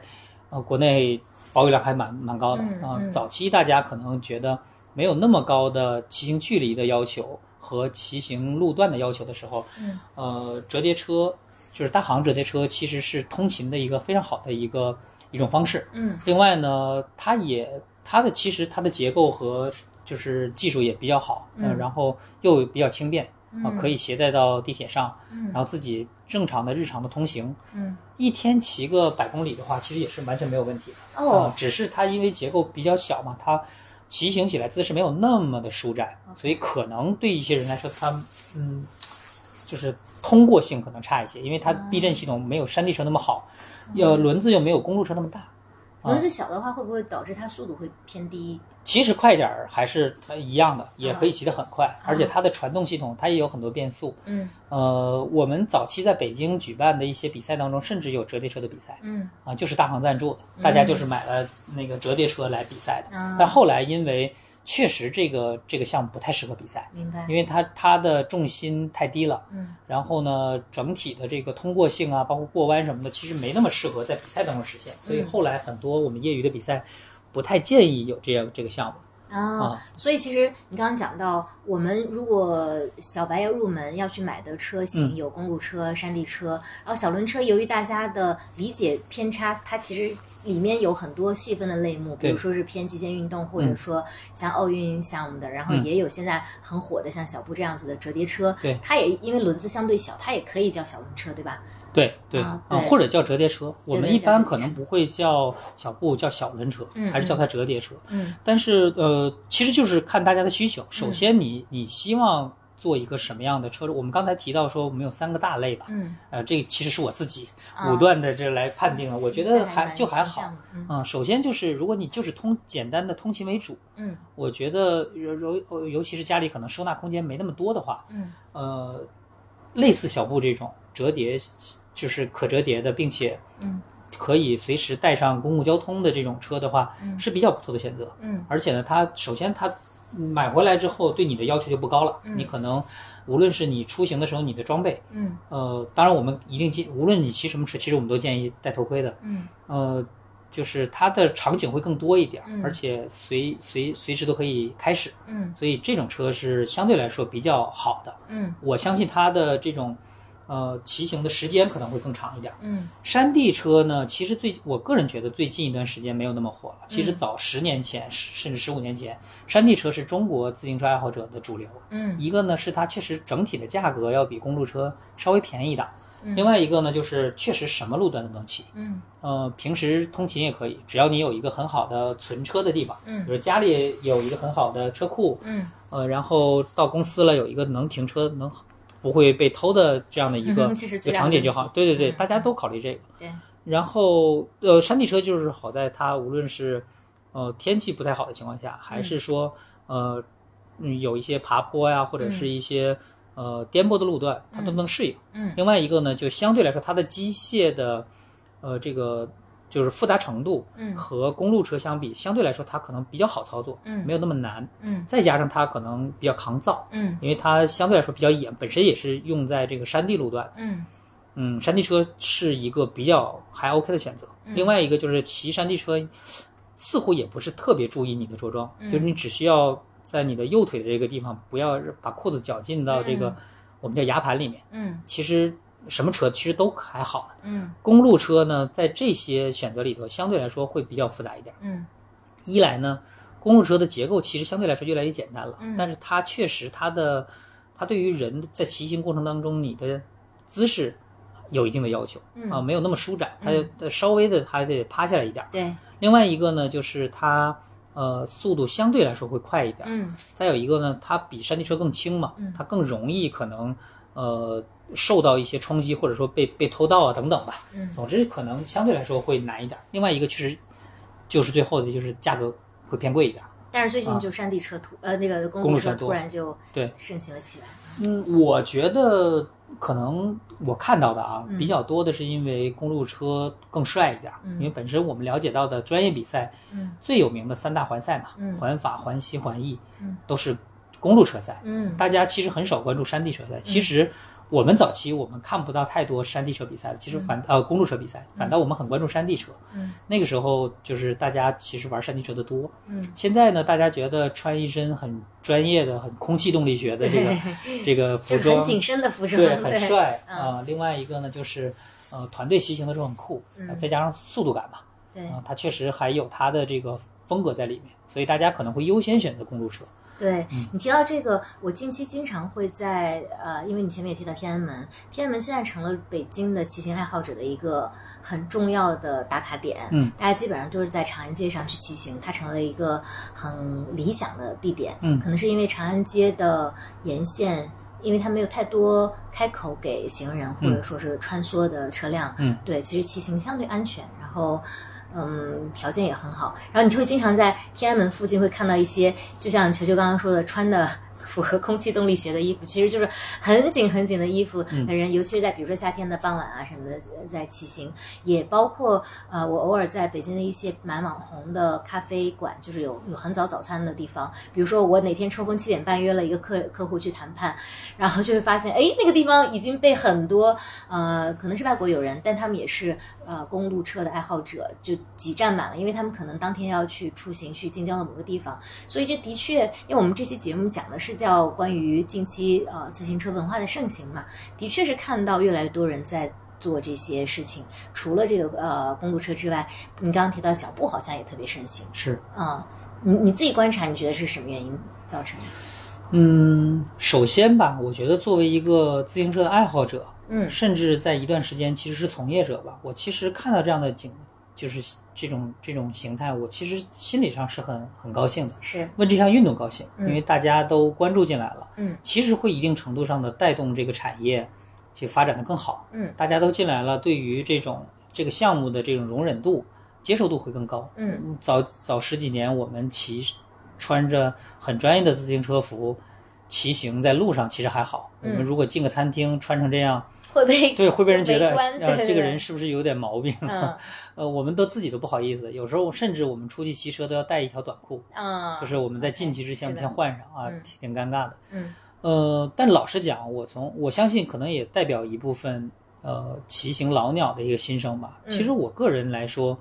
B: 呃国内保有量还蛮蛮高的
A: 嗯
B: 啊、
A: 嗯
B: 早期大家可能觉得没有那么高的骑行距离的要求和骑行路段的要求的时候，
A: 嗯
B: 呃，折叠车就是大行折叠车其实是通勤的一个非常好的一个一种方式。
A: 嗯
B: 另外呢，它也它的其实它的结构和就是技术也比较好，
A: 嗯
B: 呃然后又比较轻便啊、
A: 嗯
B: 可以携带到地铁上，
A: 嗯
B: 然后自己正常的日常的通行，
A: 嗯
B: 一天骑个百公里的话，其实也是完全没有问题的。啊
A: 哦
B: 只是它因为结构比较小嘛，它骑行起来姿势没有那么的舒展，
A: 哦
B: 所以可能对一些人来说，它嗯，就是通过性可能差一些，因为它避
A: 嗯
B: 震系统没有山地车那么好，呃，轮子又没有公路车那么大。
A: 轮子小的话，会不会导致它速度会偏低？
B: 其实快点儿还是它一样的，也可以骑得很快，而且它的传动系统它也有很多变速。
A: 嗯
B: 呃，我们早期在北京举办的一些比赛当中，甚至有折叠车的比赛
A: 嗯
B: 啊，就是大行赞助的，大家就是买了那个折叠车来比赛的。
A: 啊
B: 但，后来因为确实这个这个项目不太适合比赛，
A: 明白
B: 因。为它它的重心太低了，
A: 嗯
B: 然后呢，整体的这个通过性啊，包括过弯什么的，其实没那么适合在比赛当中实现。所以后来很多我们业余的比赛不太建议有这样这个项目。
A: 啊
B: 啊，
A: 所以其实你刚刚讲到，我们如果小白要入门要去买的车
B: 嗯
A: 型有公路车、山地车，然后小轮车，由于大家的理解偏差，它其实里面有很多细分的类目，比
B: 对
A: 如说是偏极限运动，或者说像奥运项目的，然后
B: 嗯
A: 也有现在很火的像小布这样子的折叠车，
B: 对
A: 它也因为轮子相对小，它也可以叫小轮车，对吧？
B: 对对
A: 啊
B: 嗯
A: 对
B: 或者叫折叠车。我
A: 对
B: 们
A: 对
B: 一般
A: 叫折叠车
B: 可能不会叫小布，叫小轮车
A: 嗯，
B: 还是叫它折叠车。
A: 嗯
B: 但是呃，其实就是看大家的需求。首先你，你希望做一个什么样的车？我们刚才提到说，我们有三个大类吧。
A: 嗯，
B: 呃，这个其实是我自己
A: 啊嗯
B: 武断的这来判定的。我觉得还就还好
A: 蛮。形象的，
B: 嗯，首先就是如果你就是通简单的通勤为主，
A: 嗯
B: 我觉得呃尤尤尤其是家里可能收纳空间没那么多的话，
A: 嗯
B: 呃，类似小布这种折叠，就是可折叠的，并且
A: 嗯
B: 可以随时带上公共交通的这种车的话，
A: 嗯
B: 是比较不错的选择。
A: 嗯
B: 而且呢，它首先它买回来之后对你的要求就不高了，
A: 嗯
B: 你可能无论是你出行的时候你的装备，
A: 嗯
B: 呃，当然我们一定建，无论你骑什么车，其实我们都建议戴头盔的，
A: 嗯
B: 呃。就是它的场景会更多一点，
A: 嗯
B: 而且随随随时都可以开始，
A: 嗯
B: 所以这种车是相对来说比较好的。
A: 嗯
B: 我相信它的这种呃骑行的时间可能会更长一点。
A: 嗯
B: 山地车呢，其实最我个人觉得最近一段时间没有那么火了。其实
A: 嗯
B: 早十年前、十甚至十五年前，山地车是中国自行车爱好者的主流。
A: 嗯
B: 一个呢是它确实整体的价格要比公路车稍微便宜一档，
A: 嗯
B: 另外一个呢就是确实什么路段都能骑。
A: 嗯
B: 呃，平时通勤也可以，只要你有一个很好的存车的地方，
A: 嗯
B: 比如家里有一个很好的车库，
A: 嗯
B: 呃，然后到公司了有一个能停车能不会被偷的这样的一个、
A: 嗯这是
B: 一个
A: 最大的
B: 场景就好
A: 问。题
B: 对对对，
A: 嗯
B: 大家都考虑这个。
A: 对，
B: 然后呃，山地车就是好在它无论是呃天气不太好的情况下，
A: 嗯
B: 还是说呃嗯有一些爬坡呀，或者是一些、呃颠簸的路段，它都能适应。
A: 嗯
B: 另外一个呢，就相对来说它的机械的呃这个就是复杂程度
A: 嗯
B: 和公路车相比，相对来说它可能比较好操作，
A: 嗯
B: 没有那么难。
A: 嗯
B: 再加上它可能比较抗造，
A: 嗯
B: 因为它相对来说比较野，本身也是用在这个山地路段。
A: 嗯
B: 嗯，山地车是一个比较还 OK 的选择。
A: 嗯
B: 另外一个就是骑山地车，似乎也不是特别注意你的着装，
A: 嗯
B: 就是你只需要在你的右腿的这个地方不要把裤子绞进到这个、
A: 嗯
B: 我们叫牙盘里面。
A: 嗯
B: 其实什么车其实都还好的。
A: 嗯
B: 公路车呢，在这些选择里头相对来说会比较复杂一点。
A: 嗯
B: 一来呢，公路车的结构其实相对来说越来越简单了，
A: 嗯
B: 但是它确实它的它对于人在骑行过程当中你的姿势有一定的要求、
A: 嗯
B: 啊，没有那么舒展，它
A: 嗯
B: 它稍微的还得趴下来一点儿。
A: 对，
B: 另外一个呢，就是它呃速度相对来说会快一点，
A: 嗯
B: 再有一个呢，它比山地车更轻嘛，
A: 嗯
B: 它更容易可能呃受到一些冲击，或者说被被偷盗啊等等吧。
A: 嗯
B: 总之可能相对来说会难一点。另外一个确实就是最后的就是价格会偏贵一点。
A: 但是最近就山地车突、呃那个公
B: 公
A: 路
B: 路车
A: 车
B: 多
A: 突然就
B: 对
A: 盛行了起来，
B: 嗯，我觉得可能我看到的啊
A: 嗯
B: 比较多的是因为公路车更帅一点，
A: 嗯
B: 因为本身我们了解到的专业比赛
A: 嗯
B: 最有名的三大环赛嘛，
A: 嗯
B: 环法、环西、环意，
A: 嗯
B: 都是公路车赛。
A: 嗯
B: 大家其实很少关注山地车赛。其实我们早期我们看不到太多山地车比赛的，其实反、呃公路车比赛，反倒我们很关注山地车。
A: 嗯
B: 那个时候就是大家其实玩山地车的多。
A: 嗯，
B: 现在呢，大家觉得穿一身很专业的、很空气动力学的这
A: *laughs*
B: 个这个服
A: 就是很
B: 装，
A: 紧身的服装，
B: 对，很
A: 对
B: 帅啊、
A: 嗯
B: 另外一个呢，就是呃团队骑行的时候很酷，
A: 嗯
B: 呃再加上速度感吧，
A: 对
B: 啊、它确实还有它的这个风格在里面，所以大家可能会优先选择公路车。
A: 对你提到这个，我近期经常会在呃，因为你前面也提到天安门，天安门现在成了北京的骑行爱好者的一个很重要的打卡点。
B: 嗯，
A: 大家基本上都是在长安街上去骑行，它成了一个很理想的地点。
B: 嗯
A: 可能是因为长安街的沿线。因为它没有太多开口给行人或者说是穿梭的车辆，
B: 嗯，
A: 对，其实骑行相对安全，然后嗯，条件也很好。然后你就会经常在天安门附近会看到一些，就像球球刚刚说的，穿的 *laughs* 符合空气动力学的衣服，其实就是很紧很紧的衣服的人，尤其是在比如说夏天的傍晚啊什么的，呃在骑行，也包括呃，我偶尔在北京的一些蛮网红的咖啡馆，就是有有很早早餐的地方，比如说我哪天抽风七点半约了一个客客户去谈判，然后就会发现，哎，那个地方已经被很多呃，可能是外国友人，但他们也是呃公路车的爱好者，就挤占满了，因为他们可能当天要去出行去晋江的某个地方，所以这的确，因为我们这期节目讲的是叫关于近期呃自行车文化的盛行嘛，的确是看到越来越多人在。做这些事情，除了这个呃公路车之外，你刚刚提到小布好像也特别盛行，
B: 是，
A: 嗯，你你自己观察，你觉得是什么原因造成的？
B: 嗯，首先吧，我觉得作为一个自行车的爱好者，
A: 嗯
B: 甚至在一段时间其实是从业者吧，我其实看到这样的景，就是这种这种形态，我其实心理上是很很高兴的，
A: 是，
B: 问题上运动高兴，因
A: 嗯
B: 为大家都关注进来了，
A: 嗯
B: 其实会一定程度上的带动这个产业去发展的更好，
A: 嗯
B: 大家都进来了，对于这种这个项目的这种容忍度、接受度会更高，
A: 嗯
B: 早早十几年，我们骑穿着很专业的自行车服骑行在路上，其实还好。我
A: 嗯
B: 们如果进个餐厅穿成这样，
A: 会被
B: 对，会被人觉得
A: *laughs* 围观对
B: 呃
A: 对
B: 这个
A: 对
B: 人是不是有点毛病？
A: 嗯
B: *laughs* 呃，我们都自己都不好意思。有时候甚至我们出去骑车都要带一条短裤，
A: 嗯，
B: 就是我们在进去之前我
A: 是
B: 们
A: 的
B: 先换上啊，
A: 嗯
B: 挺尴尬的。
A: 嗯
B: 呃，但老实讲，我从我相信可能也代表一部分呃骑行老鸟的一个心声吧。
A: 嗯
B: 其实我个人来说，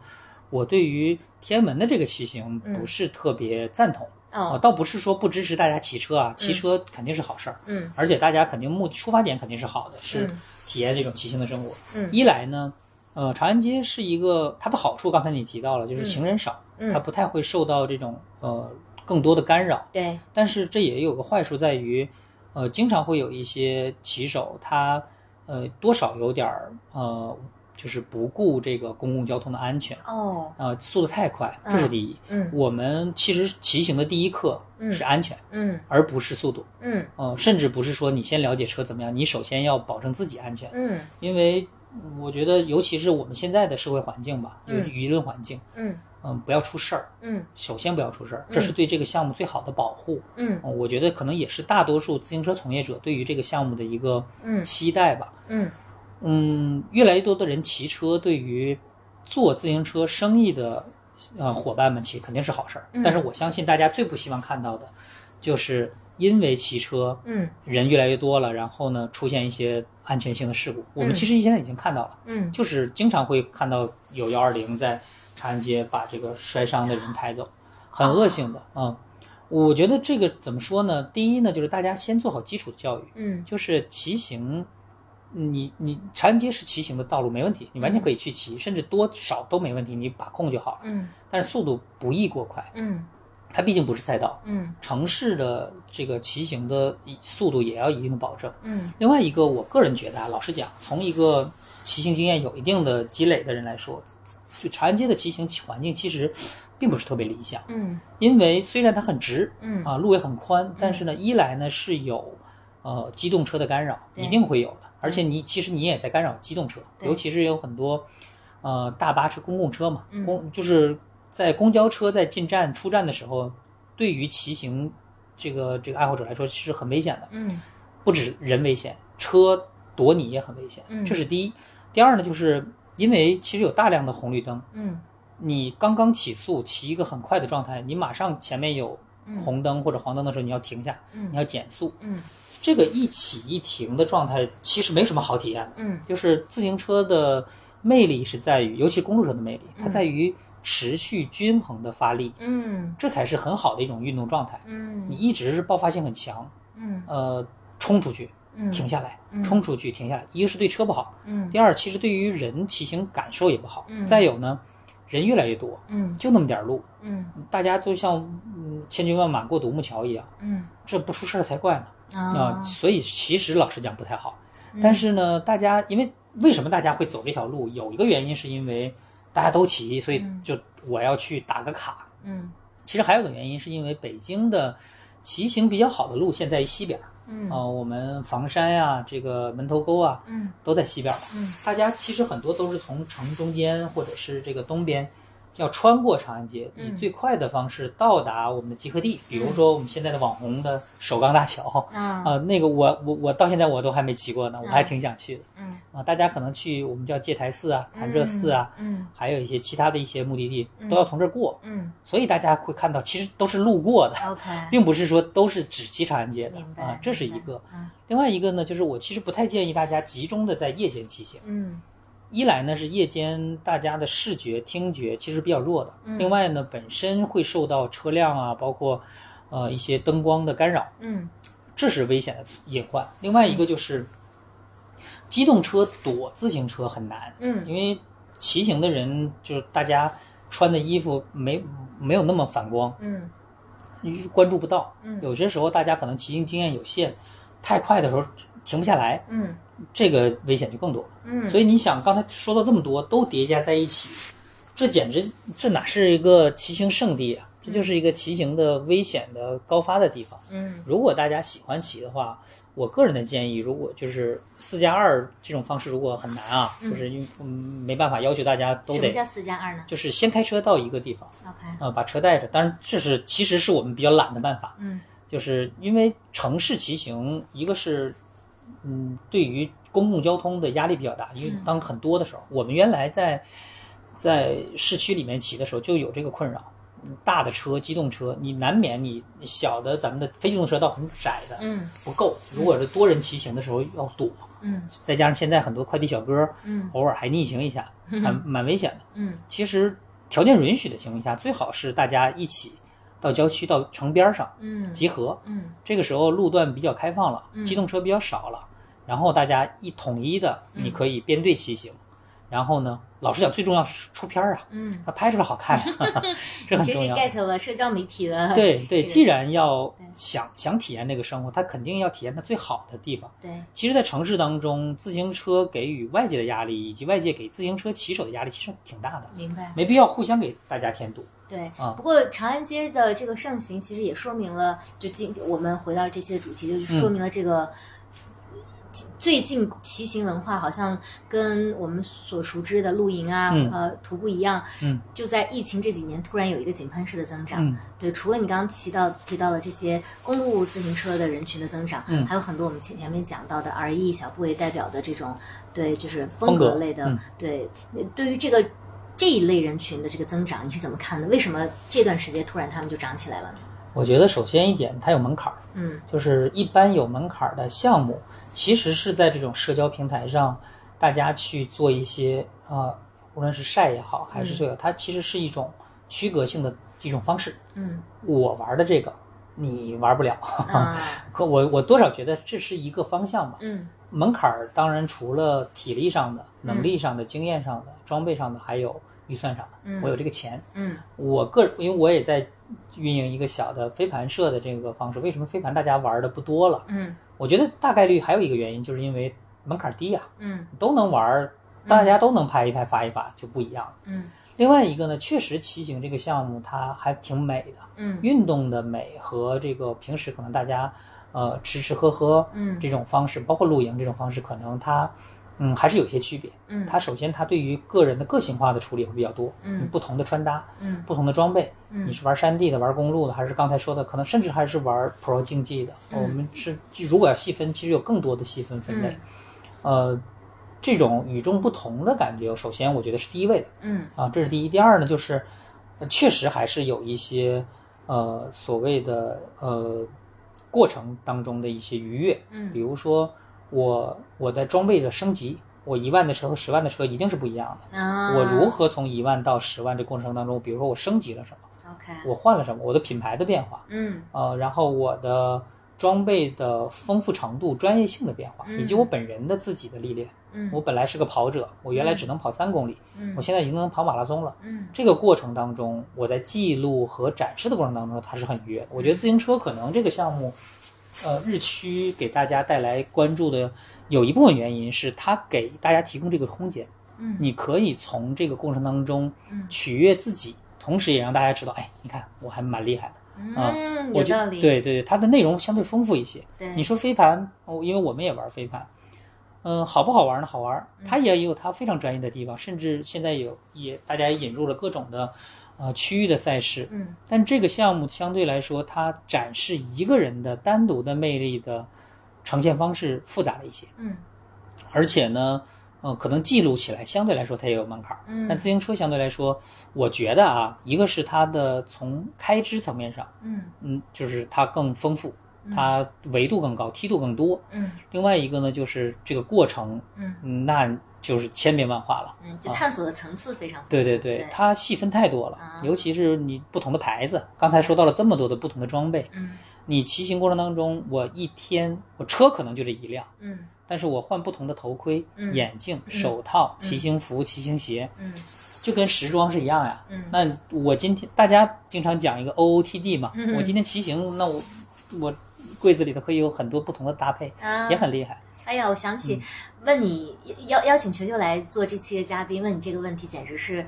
B: 我对于天安门的这个骑行
A: 嗯
B: 不是特别赞同啊、
A: 哦
B: 倒不是说不支持大家骑车啊，骑车肯定是好事儿，
A: 嗯
B: 而且大家肯定目出发点肯定是好的，是
A: 嗯
B: 体验这种骑行的生活。
A: 嗯
B: 一来呢，呃，长安街是一个它的好处，刚才你提到了，就是行人少，
A: 嗯
B: 它不太会受到这种呃更多的干扰。
A: 对
B: 但是这也有个坏处在于，呃，经常会有一些骑手他呃多少有点儿呃就是不顾这个公共交通的安全，
A: 哦，
B: 啊、速度太快，这是第一。
A: 嗯
B: 我们其实骑行的第一课
A: 嗯
B: 是安全，
A: 嗯
B: 而不是速度。
A: 嗯
B: 嗯、甚至不是说你先了解车怎么样，你首先要保证自己安全，
A: 嗯
B: 因为嗯我觉得，尤其是我们现在的社会环境吧，就
A: 嗯
B: 是舆论环境，
A: 嗯
B: 嗯、不要出事儿，
A: 嗯
B: 首先不要出事儿，
A: 嗯
B: 这是对这个项目最好的保护。
A: 嗯
B: 嗯我觉得可能也是大多数自行车从业者对于这个项目的一个
A: 嗯
B: 期待吧。
A: 嗯
B: 嗯，越来越多的人骑车，对于做自行车生意的呃伙伴们骑肯定是好事儿。
A: 嗯
B: 但是我相信大家最不希望看到的，就是因为骑车
A: 嗯
B: 人越来越多了，然后呢出现一些安全性的事故。我们
A: 嗯
B: 其实现在已经看到了，
A: 嗯，
B: 就是经常会看到有幺二零在长安街把这个摔伤的人抬走，很恶性的啊、嗯。我觉得这个怎么说呢？第一呢，就是大家先做好基础的教育，
A: 嗯
B: 就是骑行，你你长安街是骑行的道路，没问题，你完全可以去骑，甚至多少都没问题，你把控就好了。
A: 嗯
B: 但是速度不宜过快，
A: 嗯
B: 它毕竟不是赛道，
A: 嗯
B: 城市的这个骑行的一速度也要一定的保证。
A: 嗯
B: 另外一个，我个人觉得啊，老实讲，从一个骑行经验有一定的积累的人来说，就长安街的骑行环境其实并不是特别理想，
A: 嗯
B: 因为虽然它很直，
A: 嗯
B: 啊，路也很宽，但是呢，一来呢是有呃机动车的干扰，
A: 对
B: 一定会有的，而且你其实你也在干扰机动车，
A: 对
B: 尤其是有很多呃大巴是公共车嘛
A: 嗯，
B: 公就是在公交车在进站出站的时候，对于骑行这个这个爱好者来说是很危险的。
A: 嗯
B: 不止人危险，车躲你也很危险
A: 嗯，
B: 这是第一。第二呢，就是因为其实有大量的红绿灯，
A: 嗯
B: 你刚刚起速，骑一个很快的状态，你马上前面有红灯或者黄灯的时候，你要停下，
A: 嗯
B: 你要减速。
A: 嗯
B: 这个一起一停的状态其实没什么好体验的，
A: 嗯
B: 就是自行车的魅力是在于，尤其公路车的魅力，它在于持续均衡的发力，
A: 嗯
B: 这才是很好的一种运动状态。你
A: 嗯
B: 一直是爆发性很强，
A: 嗯
B: 呃，冲出去，
A: 嗯
B: 停下来
A: 嗯，
B: 冲出去，停下来。一个是对车不好，
A: 嗯
B: 第二其实对于人骑行感受也不好
A: 嗯。
B: 再有呢，人越来越多，
A: 嗯
B: 就那么点儿路，
A: 嗯
B: 大家都像嗯千军万马过独木桥一样，
A: 嗯
B: 这不出事儿才怪呢啊！
A: 啊嗯
B: 所以其实老实讲不太好。但是呢，大家因为为什么大家会走这条路？有一个原因是因为大家都骑，所以
A: 嗯
B: 就我要去打个卡。
A: 嗯
B: 其实还有个原因是因为北京的骑行比较好的路现在西边儿啊、
A: 嗯
B: 我们房山呀、这个门头沟啊，
A: 嗯
B: 都在西边儿嘛。
A: 嗯
B: 大家其实很多都是从城中间或者是这个东边，要穿过长安街，
A: 嗯
B: 以最快的方式到达我们的集合地。比如说我们现在的网红的首钢大桥
A: 啊
B: 啊、那个我我我到现在我都还没骑过呢，我还挺想去的
A: 嗯
B: 啊、大家可能去我们叫戒台寺啊、潭柘寺啊，
A: 嗯
B: 还有一些其他的一些目的地
A: 嗯
B: 都要从这儿过，
A: 嗯
B: 所以大家会看到其实都是路过的。
A: OK
B: 并不是说都是只骑长安街
A: 嗯
B: 的
A: 明白
B: 啊，这是一个。
A: 嗯
B: 另外一个呢，就是我其实不太建议大家集中的在夜间骑行。
A: 嗯
B: 一来呢是夜间大家的视觉、听觉其实比较弱的，
A: 嗯
B: 另外呢本身会受到车辆啊，包括呃一些灯光的干扰，
A: 嗯
B: 这是危险的隐患。另外一个就是机动车躲自行车很难，
A: 嗯
B: 因为骑行的人就是大家穿的衣服没没有那么反光，
A: 嗯
B: 你关注不到。
A: 嗯
B: 有些时候大家可能骑行经验有限，太快的时候停不下来，
A: 嗯
B: 这个危险就更多了。
A: 嗯
B: 所以你想，刚才说到这么多，都叠加在一起，这简直这哪是一个骑行圣地啊？这就是一个骑行的危险的高发的地方。
A: 嗯
B: 如果大家喜欢骑的话，我个人的建议，如果就是四加二这种方式，如果很难啊，就是因为嗯没办法要求大家都
A: 什么
B: 得，
A: 叫四加二呢
B: 就是先开车到一个地方，
A: ？OK
B: 啊，把车带着。当然，这是其实是我们比较懒的办法，
A: 嗯
B: 就是因为城市骑行，一个是，嗯，对于公共交通的压力比较大，因为当很多的时候，我们原来在在市区里面骑的时候就有这个困扰，嗯大的车、机动车，你难免你小的咱们的非机动车道很窄的
A: 嗯
B: 不够，如果是多人骑行的时候要躲，
A: 嗯
B: 再加上现在很多快递小哥
A: 嗯
B: 偶尔还逆行一下，蛮蛮危险的。
A: 嗯
B: 其实条件允许的情况下，最好是大家一起到郊区、到城边儿上
A: 嗯
B: 集合。
A: 嗯
B: 这个时候路段比较开放了
A: 嗯，
B: 机动车比较少了，然后大家一统一的，你可以编队骑行，然后呢，老实讲，最重要是出片儿啊，
A: 嗯，
B: 他拍出来好看，啊
A: *laughs*
B: 这很
A: 真
B: 重
A: 是
B: 要。
A: get 了社交媒体的
B: 对对，
A: 这个
B: 既然要想想体验这个生活，他肯定要体验它最好的地方。
A: 对
B: 其实，在城市当中，自行车给予外界的压力，以及外界给自行车骑手的压力，其实挺大的，
A: 明白
B: 没必要互相给大家添堵。
A: 对
B: 啊。
A: 不过长安街的这个盛行，其实也说明了，就今我们回到这期的主题，就是说明了这个。最近骑行文化好像跟我们所熟知的露营啊、
B: 嗯
A: 呃徒步一样，
B: 嗯
A: 就在疫情这几年突然有一个井喷式的增长。
B: 嗯，
A: 对，除了你刚刚提到提到了这些公路自行车的人群的增长，
B: 嗯
A: 还有很多我们前前面讲到的 RE 小部为代表的这种对，就是
B: 风
A: 风
B: 格
A: 格类的，
B: 嗯
A: 对，那对于这个这一类人群的这个增长，你是怎么看的？为什么这段时间突然他们就涨起来了呢？
B: 我觉得首先一点，它有门槛儿，
A: 嗯
B: 就是一般有门槛儿的项目，其实是在这种社交平台上，大家去做一些呃，无论是晒也好，还是这个，它其实是一种区隔性的一种方式。 *laughs*
A: 嗯
B: 我玩的这个，你玩不了。 *laughs*
A: 啊
B: 可我我多少觉得这是一个方向吧。
A: 嗯
B: 门槛儿当然除了体力上的、能力上的、经验上的、装备上的，还有预算上的。
A: 嗯
B: 我有这个钱，
A: 嗯
B: 我个人因为我也在运营一个小的飞盘社的这个方式。为什么飞盘大家玩的不多了？
A: 嗯
B: 我觉得大概率还有一个原因，就是因为门槛儿低呀、
A: 嗯
B: 都能玩儿，大家都能拍一拍、发一发，就不一样了。
A: 嗯
B: 另外一个呢，确实骑行这个项目它还挺美的，
A: 嗯
B: 运动的美和这个平时可能大家呃吃吃喝喝
A: 嗯
B: 这种方式，包括露营这种方式，可能它嗯还是有些区别。
A: 嗯
B: 它首先它对于个人的个性化的处理会比较多，
A: 嗯
B: 你不同的穿搭，
A: 嗯
B: 不同的装备，
A: 嗯
B: 你是玩山地的，玩公路的，还是刚才说的，可能甚至还是玩 Pro 竞技的？
A: 嗯
B: 哦我们是如果要细分，其实有更多的细分分类。呃，这种与众不同的感觉，首先我觉得是第一位的。
A: 嗯
B: 啊，这是第一。第二呢，就是呃确实还是有一些呃所谓的呃过程当中的一些愉悦，
A: 嗯
B: 比如说我我的装备的升级，我一万的车和十万的车一定是不一样的。
A: 啊，
B: 我如何从一万到十万这过程当中，比如说我升级了什么，
A: OK
B: 我换了什么，我的品牌的变化，
A: 嗯
B: 呃，然后我的装备的丰富程度、专业性的变化，以及我本人的自己的历练。
A: 嗯
B: 我本来是个跑者，我原来只能跑三公里，
A: 嗯
B: 我现在已经能跑马拉松了。
A: 嗯
B: 这个过程当中，我在记录和展示的过程当中，它是很愉悦的。我觉得自行车可能这个项目，呃，日趋给大家带来关注的有一部分原因是它给大家提供这个空间，
A: 嗯
B: 你可以从这个过程当中
A: 嗯
B: 取悦自己，同时也让大家知道，哎，你看我还蛮厉害的。啊
A: 嗯
B: 我
A: 有
B: 觉
A: 道
B: 得
A: 理
B: 对对对，它的内容相对丰富一些。
A: 对
B: 你说飞盘，哦，因为我们也玩飞盘，嗯，好不好玩呢？好玩儿，
A: 嗯
B: 它也有它非常专业的地方，甚至现在有也大家也引入了各种的呃区域的赛事。
A: 嗯
B: 但这个项目相对来说，它展示一个人的单独的魅力的呈现方式复杂了一些，
A: 嗯
B: 而且呢，呃，可能记录起来相对来说它也有门槛儿。
A: 嗯
B: 但自行车相对来说，我觉得啊，一个是它的从开支层面上，
A: 嗯
B: 嗯，就是它更丰富，它维度更高，梯度更多。
A: 嗯
B: 另外一个呢，就是这个过程，
A: 嗯
B: 嗯，那就是千变万化了。
A: 嗯，就探索的层次非常丰富
B: 啊对对
A: 对
B: 对，，它细分太多了
A: 啊，
B: 尤其是你不同的牌子，刚才说到了这么多的不同的装备，
A: 嗯
B: 你骑行过程当中，我一天我车可能就这一辆，
A: 嗯
B: 但是我换不同的头盔、
A: 嗯
B: 眼镜、手套、骑行服、骑行鞋，
A: 嗯
B: 就跟时装是一样呀。
A: 嗯
B: 那我今天大家经常讲一个 OOTD 嘛，
A: 嗯嗯
B: 我今天骑行，那我我柜子里头可以有很多不同的搭配，
A: 啊
B: 也很厉害。
A: 哎呀，我想起
B: 嗯
A: 问你邀邀请球球来做这期的嘉宾，问你这个问题简直是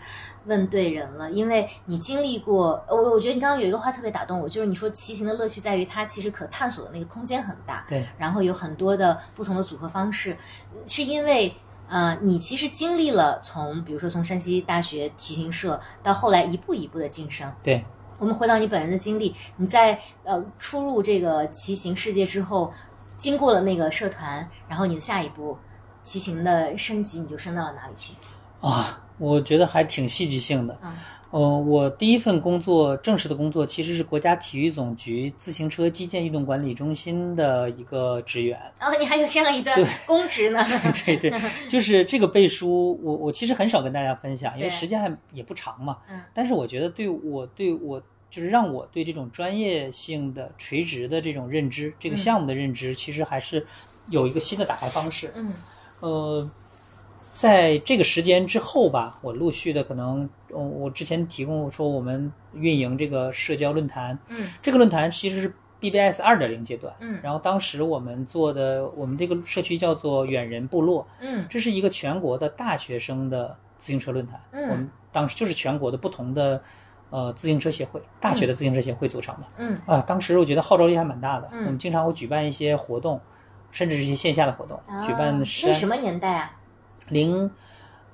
A: 问对人了，因为你经历过，我我觉得你刚刚有一个话特别打动我，就是你说骑行的乐趣在于它其实可探索的那个空间很大，
B: 对，
A: 然后有很多的不同的组合方式，是因为。呃，你其实经历了从，比如说从山西大学骑行社到后来一步一步的晋升，
B: 对，
A: 我们回到你本人的经历，你在呃出入这个骑行世界之后，经过了那个社团，然后你的下一步骑行的升级，你就升到了哪里去？
B: 啊，我觉得还挺戏剧性的。
A: 嗯
B: 呃，我第一份工作，正式的工作其实是国家体育总局自行车基建运动管理中心的一个职
A: *laughs*
B: 员。
A: 然后你还有这样一段公职
B: *laughs*
A: 呢？
B: 对对，就是这个背书，我我其实很少跟大家分享，因为
A: 对
B: 时间还也不长嘛。
A: 嗯
B: 但是我觉得对我对我就是让我对这种专业性的垂直的这种认知，这
A: 嗯
B: 个项目的认知，其实还是有一个新的打开方式。
A: 嗯
B: 呃，在这个时间之后吧，我陆续的可能，嗯，我之前提供说我们运营这个社交论坛，
A: 嗯，
B: 这个论坛其实是 BBS 二点零阶段，
A: 嗯
B: 然后当时我们做的，我们这个社区叫做远人部落，
A: 嗯
B: 这是一个全国的大学生的自行车论坛，
A: 嗯
B: 我们当时就是全国的不同的。呃，自行车协会，大学的自行车协会组成的、
A: 嗯
B: 啊，当时我觉得号召力还蛮大的。
A: 嗯
B: 我们经常会举办一些活动，甚至是一些线下的活动，
A: 啊
B: 举办
A: 那
B: 山
A: 什么年代啊？
B: 零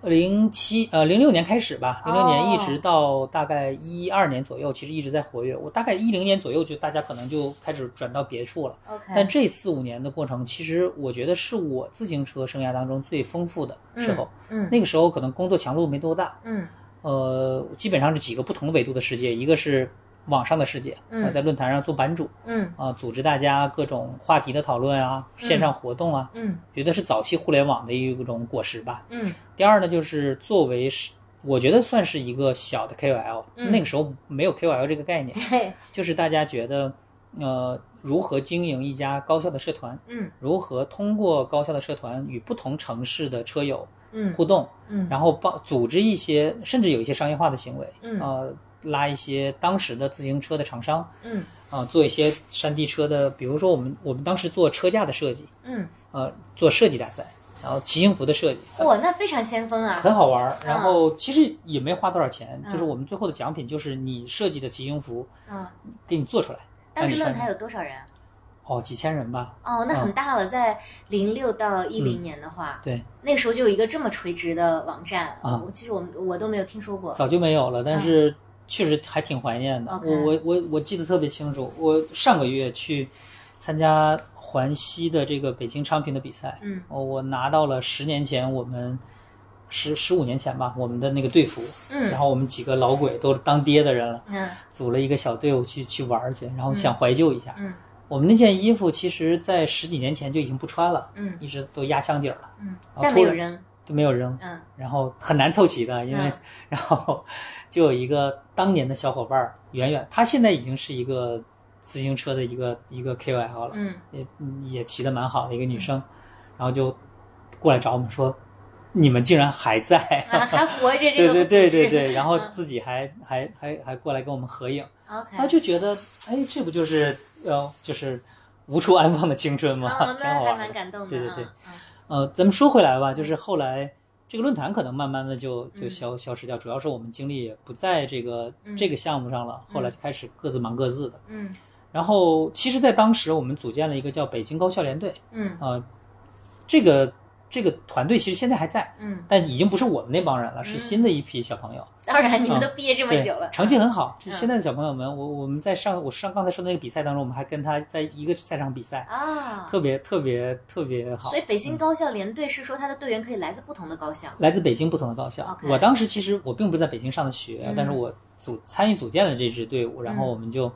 B: 零七呃零六年开始吧，零六
A: 哦
B: 年一直到大概一二年左右，其实一直在活跃。我大概一零年左右就大家可能就开始转到别处了。但
A: OK，
B: 这四五年的过程，其实我觉得是我自行车生涯当中最丰富的时候。
A: 嗯
B: 那个时候可能工作强度没多大，
A: 嗯
B: 呃，基本上是几个不同的维度的世界，一个是网上的世界，呃
A: 嗯
B: 我在论坛上做版主
A: 嗯
B: 啊、组织大家各种话题的讨论啊，线上活动啊，
A: 嗯
B: 觉得是早期互联网的一种果实吧。
A: 嗯
B: 第二呢，就是作为是，我觉得算是一个小的 KOL，、
A: 嗯
B: 那个时候没有 KOL 这个概念，
A: 对，
B: 就是大家觉得，呃，如何经营一家高效的社团，
A: 嗯
B: 如何通过高效的社团与不同城市的车友
A: 嗯
B: 互动，
A: 嗯
B: 然后帮组织一些，甚至有一些商业化的行为，
A: 嗯
B: 呃，拉一些当时的自行车的厂商，
A: 嗯
B: 啊、做一些山地车的，比如说我们我们当时做车架的设计，
A: 嗯，
B: 呃，做设计大赛，然后骑行服的设计，
A: 哇，那非常先锋啊！
B: 很好玩儿，然
A: 嗯
B: 后其实也没花多少钱，
A: 嗯
B: 就是我们最后的奖品就是你设计的骑行服
A: 嗯，
B: 给你做出来，
A: 当
B: 让你
A: 时
B: 穿
A: 论
B: 上
A: 坛有多少人？
B: 哦，几千人吧，
A: 哦，那很大了，在零六到一零年的话，
B: 嗯对，
A: 那个时候就有一个这么垂直的网站，
B: 啊
A: 我其实我们我都没有听说过。
B: 早就没有了，但是确实还挺怀念的。
A: 嗯 OK
B: 我我我我记得特别清楚，我上个月去参加环西的这个北京昌平的比赛，
A: 嗯
B: 哦，我拿到了十年前我们十十五年前吧，我们的那个队服，
A: 嗯
B: 然后我们几个老鬼都当爹的人了，
A: 嗯
B: 组了一个小队伍去去玩儿去，然后想怀旧一下。
A: 嗯
B: 我们那件衣服其实，在十几年前就已经不穿了，
A: 嗯
B: 一直都压箱底儿了，
A: 嗯，
B: 啊
A: 但没有扔。
B: 都没有扔，
A: 嗯
B: 然后很难凑齐的，因为、
A: 嗯
B: *laughs* 然后就有一个当年的小伙伴儿远远，他现在已经是一个自行车的一个一个 KOL 了，
A: 嗯
B: 也也骑得蛮好的一个女生，然后就过来找我们说，你们竟然还在，
A: 啊，还活着这
B: 对
A: 个
B: *laughs* 对对对
A: 故
B: 对，
A: 事
B: 然后
A: 嗯
B: 自己还还还还过来跟我们合影。
A: OK，
B: 他就觉得，哎，这不就是呃，就是无处安放的青春吗？ *laughs*
A: 哦，
B: 挺
A: 那
B: 好
A: 还
B: 玩
A: 蛮
B: 的。
A: 感动的。
B: 对对对
A: 嗯嗯
B: 呃，咱们说回来吧，就是后来这个论坛可能慢慢的就就消、消失掉，主要是我们精力也不在这个、
A: 嗯
B: 这个项目上了，后来就开始各自忙各自的。
A: 嗯
B: 然后，其实，在当时我们组建了一个叫北京高校联队，
A: 嗯
B: 呃，这个这个团队其实现在还在，
A: 嗯，
B: 但已经不是我们那帮人了，
A: 嗯
B: 是新的一批小朋友。
A: 当然你们都毕业这么
B: 嗯对，
A: 久了，
B: 成绩很好。这
A: 嗯
B: 现在的小朋友们，我我们在上我上刚才说的那个比赛当中，我们还跟他在一个赛场比赛，
A: 啊。
B: 特别特别特别好
A: 所。以北京高校联队是说他的队员可以来自不同的高校。
B: 来自北京不同的高校。
A: OK
B: 我当时其实我并不是在北京上的学，
A: 嗯
B: 但是我组参与组建了这支队伍，然后我们就。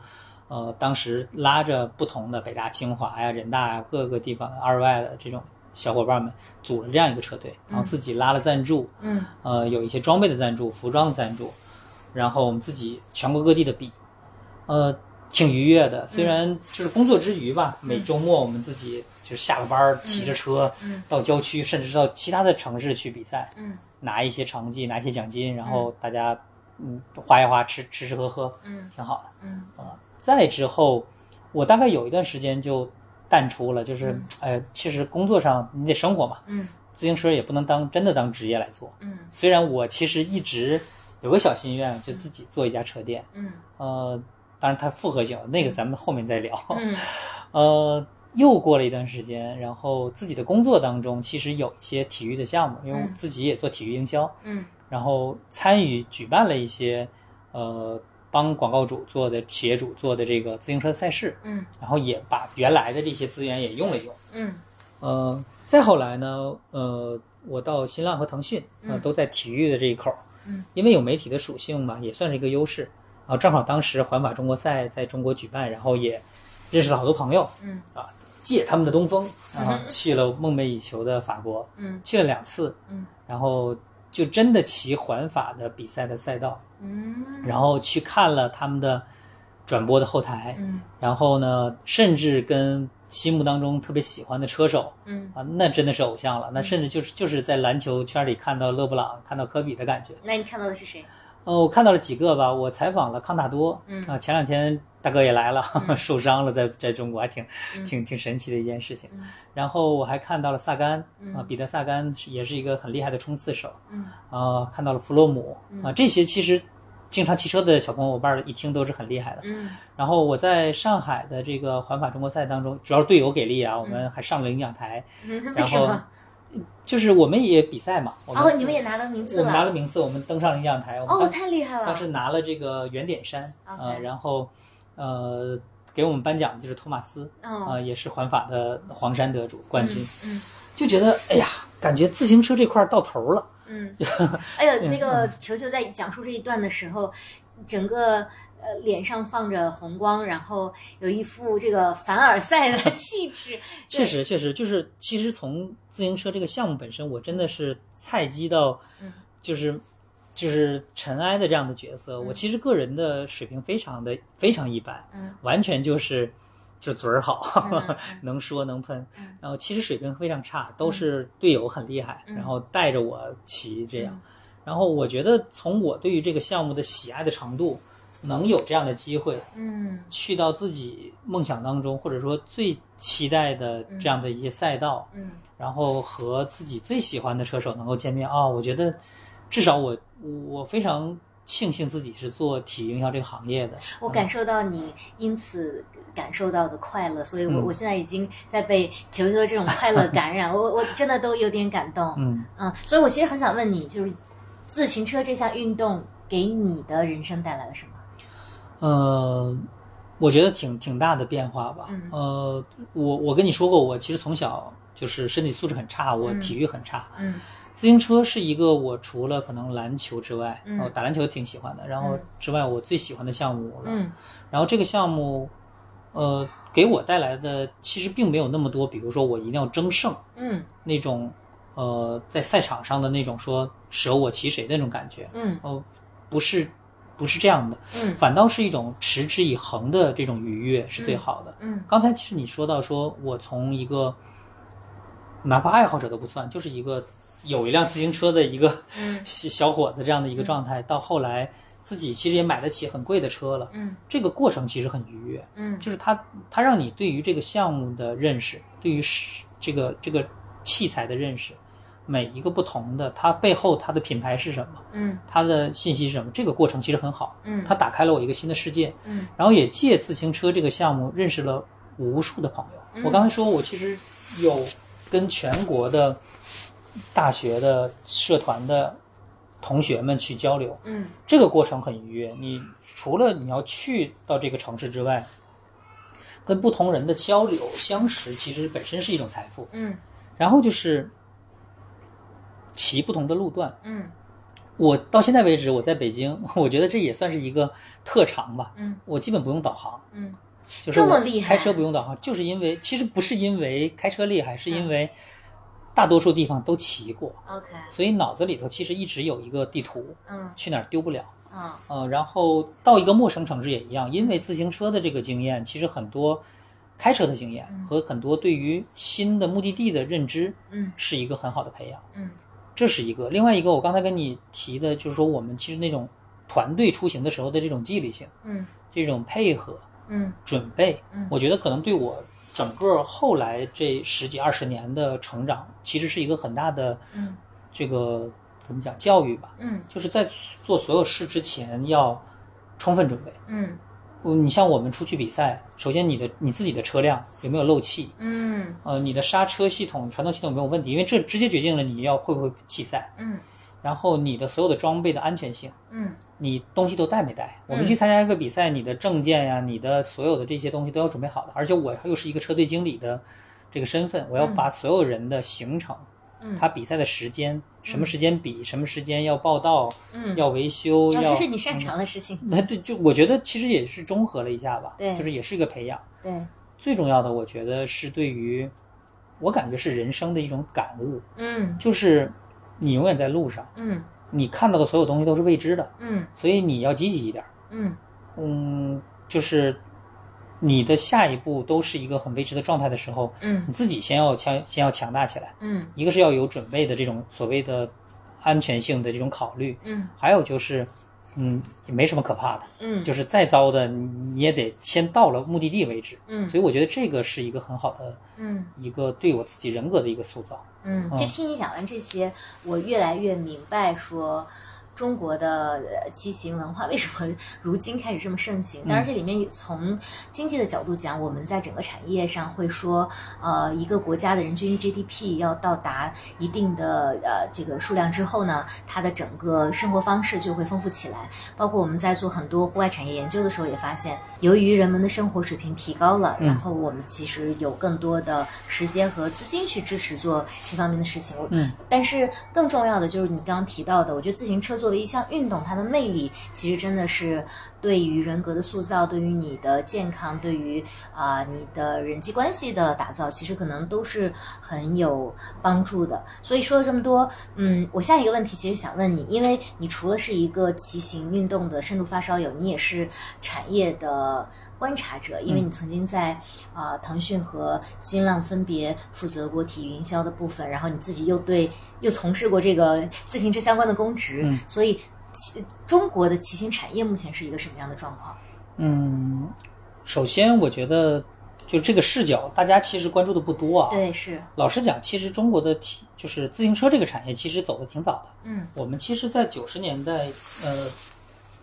B: 呃，当时拉着不同的北大、清华呀、人大呀各个地方的二外的这种小伙伴们，组了这样一个车队，然后自己拉了赞助，
A: 嗯
B: 呃，有一些装备的赞助、服装的赞助，然后我们自己全国各地的比，呃，挺愉悦的。
A: 嗯
B: 虽然就是工作之余吧，每周末我们自己就是下了班儿骑着车、
A: 嗯
B: 到郊区，甚至到其他的城市去比赛，
A: 嗯
B: 拿一些成绩，拿一些奖金，然后大家嗯花一花，吃吃吃喝喝，
A: 嗯
B: 挺好的
A: 嗯
B: 啊、再之后，我大概有一段时间就淡出了，就是哎、其实工作上你得生活嘛，
A: 嗯
B: 自行车也不能当真的当职业来做。
A: 嗯
B: 虽然我其实一直有个小心愿，就自己做一家车店，
A: 嗯
B: 呃，当然它复合型的那个咱们后面再聊。 *laughs*
A: 嗯
B: 呃，又过了一段时间，然后自己的工作当中其实有一些体育的项目，因为我
A: 嗯
B: 自己也做体育营销，
A: 嗯
B: 然后参与举办了一些呃帮广告主做的、企业主做的这个自行车赛事，
A: 嗯
B: 然后也把原来的这些资源也用了用。
A: 嗯
B: 呃，再后来呢，呃，我到新浪和腾讯，呃，
A: 嗯
B: 都在体育的这一口，
A: 嗯，
B: 因为有媒体的属性嘛，也算是一个优势。啊，正好当时环法中国赛在中国举办，然后也认识了好多朋友，
A: 嗯
B: 借他们的东风啊，去了梦寐以求的法国，
A: 嗯
B: 去了两次，
A: 嗯，
B: 然后就真的骑环法的比赛的赛道，
A: 嗯，
B: 然后去看了他们的转播的后台，
A: 嗯
B: 然后呢，甚至跟心目当中特别喜欢的车手
A: 嗯，
B: 啊，那真的是偶像了。那甚至就是就是在篮球圈里看到勒布朗、看到科比的感觉。
A: 那你看到的是谁？
B: 呃，我看到了几个吧，我采访了康塔多，
A: 嗯
B: 啊，前两天大哥也来了，
A: 嗯
B: *laughs* 受伤了在，在中国还挺
A: 嗯
B: 挺挺神奇的一件事情。
A: 嗯
B: 然后我还看到了萨甘，啊，
A: 嗯
B: 彼得萨甘是也是一个很厉害的冲刺手，
A: 嗯
B: 啊，看到了弗洛姆，
A: 嗯
B: 啊，这些其实经常骑车的小朋友伴儿一听都是很厉害的。
A: 嗯
B: 然后我在上海的这个环法中国赛当中，主要是队友给力啊，我们还上了领奖台，
A: 嗯，为
B: 然
A: 什
B: 后
A: 么？
B: 就是我们也比赛嘛，我们、
A: 哦，你们也拿到名次
B: 我们拿了
A: 了。
B: 名次，我们登上领奖台，我们
A: 哦，
B: 当
A: 太厉害了！
B: 当时拿了这个圆点衫，呃，
A: OK
B: 然后呃给我们颁奖的就是托马斯，
A: 嗯
B: 啊，也是环法的黄山得主冠军，
A: 嗯
B: 就觉得哎呀，感觉自行车这块儿到头了，
A: 嗯，哎呦，那个球球在讲述这一段的时候，整个呃脸上放着红光，然后有一副这个凡尔赛的气质。
B: 确实确实就是其实从自行车这个项目本身，我真的是菜鸡到
A: 嗯
B: 就是。就是尘埃的这样的角色，我其实个人的水平非常的非常一般，
A: 嗯
B: 完全就是就嘴儿好，
A: 嗯嗯
B: 能说能喷
A: 嗯，
B: 然后其实水平非常差，都是队友很厉害，
A: 嗯
B: 然后带着我骑这样。然后我觉得从我对于这个项目的喜爱的程度，能有这样的机会
A: 嗯
B: 去到自己梦想当中，或者说最期待的这样的一些赛道，
A: 嗯
B: 然后和自己最喜欢的车手能够见面啊、我觉得至少我我非常庆幸自己是做体育营销这个行业的。
A: 我感受到你因此感受到的快乐，所以我、
B: 嗯
A: 我现在已经在被球球的这种快乐感染，我我真的都有点感动。
B: 嗯，
A: 嗯，所以我其实很想问你，就是自行车这项运动给你的人生带来了什么？
B: 呃，我觉得挺挺大的变化吧。
A: 嗯
B: 呃，我我跟你说过，我其实从小就是身体素质很差，我
A: 嗯
B: 体育很差。
A: 嗯
B: 自行车是一个我除了可能篮球之外，
A: 嗯
B: 呃打篮球挺喜欢的，然后
A: 嗯
B: 之外我最喜欢的项目了。
A: 嗯
B: 然后这个项目，呃，给我带来的其实并没有那么多，比如说我一定要争胜
A: 嗯
B: 那种，呃，在赛场上的那种说舍我其谁的那种感觉，
A: 嗯
B: 呃，不是不是这样的。
A: 嗯
B: 反倒是一种持之以恒的这种愉悦是最好的。
A: 嗯
B: 刚才其实你说到说，我从一个哪怕爱好者都不算，就是一个有一辆自行车的一个 *laughs*
A: 嗯
B: 小小伙子这样的一个状态，到后来自己其实也买得起很贵的车了，
A: 嗯
B: 这个过程其实很愉悦，
A: 嗯
B: 就是它它让你对于这个项目的认识，对于是这个这个器材的认识，每一个不同的它背后它的品牌是什么。
A: 嗯
B: 它的信息是什么？这个过程其实很好，
A: 嗯
B: 它打开了我一个新的世界，
A: 嗯
B: 然后也借自行车这个项目认识了无数的朋友。
A: 嗯
B: 我刚才说，我其实有跟全国的大学的社团的同学们去交流，
A: 嗯
B: 这个过程很愉悦。你除了你要去到这个城市之外，跟不同人的交流相识，其实本身是一种财富。
A: 嗯
B: 然后就是骑不同的路段。
A: 嗯
B: 我到现在为止，我在北京，我觉得这也算是一个特长吧。
A: 嗯
B: 我基本不用导航，
A: 嗯
B: 就是
A: 这么
B: 我
A: 厉害
B: 开车不用导航，就是因为其实不是因为开车厉害，是
A: 嗯
B: 因为大多数地方都骑过，
A: ，OK，
B: 所以脑子里头其实一直有一个地图，
A: 嗯
B: 去哪儿丢不了。
A: 嗯
B: 呃，然后到一个陌生城市也一样，因为自行车的这个经验，其实很多开车的经验
A: 嗯
B: 和很多对于新的目的地的认知
A: 嗯
B: 是一个很好的培养。
A: 嗯
B: 这是一个。另外一个，我刚才跟你提的，就是说我们其实那种团队出行的时候的这种纪律性、
A: 嗯
B: 这种配合、
A: 嗯
B: 准备
A: 嗯，
B: 我觉得可能对我整个后来这十几二十年的成长，其实是一个很大的
A: 嗯
B: 这个怎么讲教育吧，
A: 嗯
B: 就是在做所有事之前要充分准备。
A: 嗯
B: 嗯，你像我们出去比赛，首先你的你自己的车辆有没有漏气，
A: 嗯
B: 呃，你的刹车系统、传动系统有没有问题，因为这直接决定了你要会不会弃赛。
A: 嗯
B: 然后你的所有的装备的安全性，
A: 嗯
B: 你东西都带没带？我
A: 嗯
B: 们去参加一个比赛，你的证件呀、你的所有的这些东西都要准备好的。而且我又是一个车队经理的这个身份，我要把所有人的行程、
A: 嗯，
B: 他比赛的时间、什么时间比、什么时间要报道、
A: 嗯，
B: 要维修、
A: 啊
B: 要嗯
A: 这是你擅长的事情，
B: 那对，就我觉得其实也是综合了一下吧，
A: 对
B: 就是也是一个培养。
A: 对，
B: 最重要的，我觉得是对于我感觉是人生的一种感悟，
A: 嗯
B: 就是你永远在路上，
A: 嗯
B: 你看到的所有东西都是未知的。
A: 嗯
B: 所以你要积极一点儿。
A: 嗯
B: 嗯，就是你的下一步都是一个很未知的状态的时候，
A: 嗯
B: 你自己先要强，先要强大起来。
A: 嗯
B: 一个是要有准备的这种所谓的安全性的这种考虑，
A: 嗯
B: 还有就是，嗯，也没什么可怕的，
A: 嗯
B: 就是再糟的你也得先到了目的地为止。
A: 嗯
B: 所以我觉得这个是一个很好的
A: 嗯。
B: 一个对我自己人格的一个塑造。
A: 嗯，
B: 嗯
A: 就听你讲完这些，我越来越明白说。中国的呃骑行文化为什么如今开始这么盛行？
B: 嗯
A: 当然，这里面也从经济的角度讲，我们在整个产业上会说，呃，一个国家的人均 GDP 要到达一定的呃这个数量之后呢，它的整个生活方式就会丰富起来。包括我们在做很多户外产业研究的时候，也发现，由于人们的生活水平提高了，
B: 嗯
A: 然后我们其实有更多的时间和资金去支持做这方面的事情。我
B: 嗯，
A: 但是更重要的就是你刚刚提到的，我觉得自行车作为一项运动，它的魅力其实真的是对于人格的塑造，对于你的健康，对于啊、你的人际关系的打造，其实可能都是很有帮助的。所以说了这么多，嗯，我下一个问题其实想问你，因为你除了是一个骑行运动的深度发烧友，你也是产业的观察者，因为
B: 嗯
A: 你曾经在啊、呃腾讯和新浪分别负责过体育营销的部分，然后你自己又对又从事过这个自行车相关的公职，
B: 嗯
A: 所以骑中国的骑行产业目前是一个什么样的状况？
B: 嗯，首先我觉得就这个视角，大家其实关注的不多啊。
A: 对，是，
B: 老实讲，其实中国的体就是自行车这个产业，其实走的挺早的。
A: 嗯
B: 我们其实，在九十年代，呃，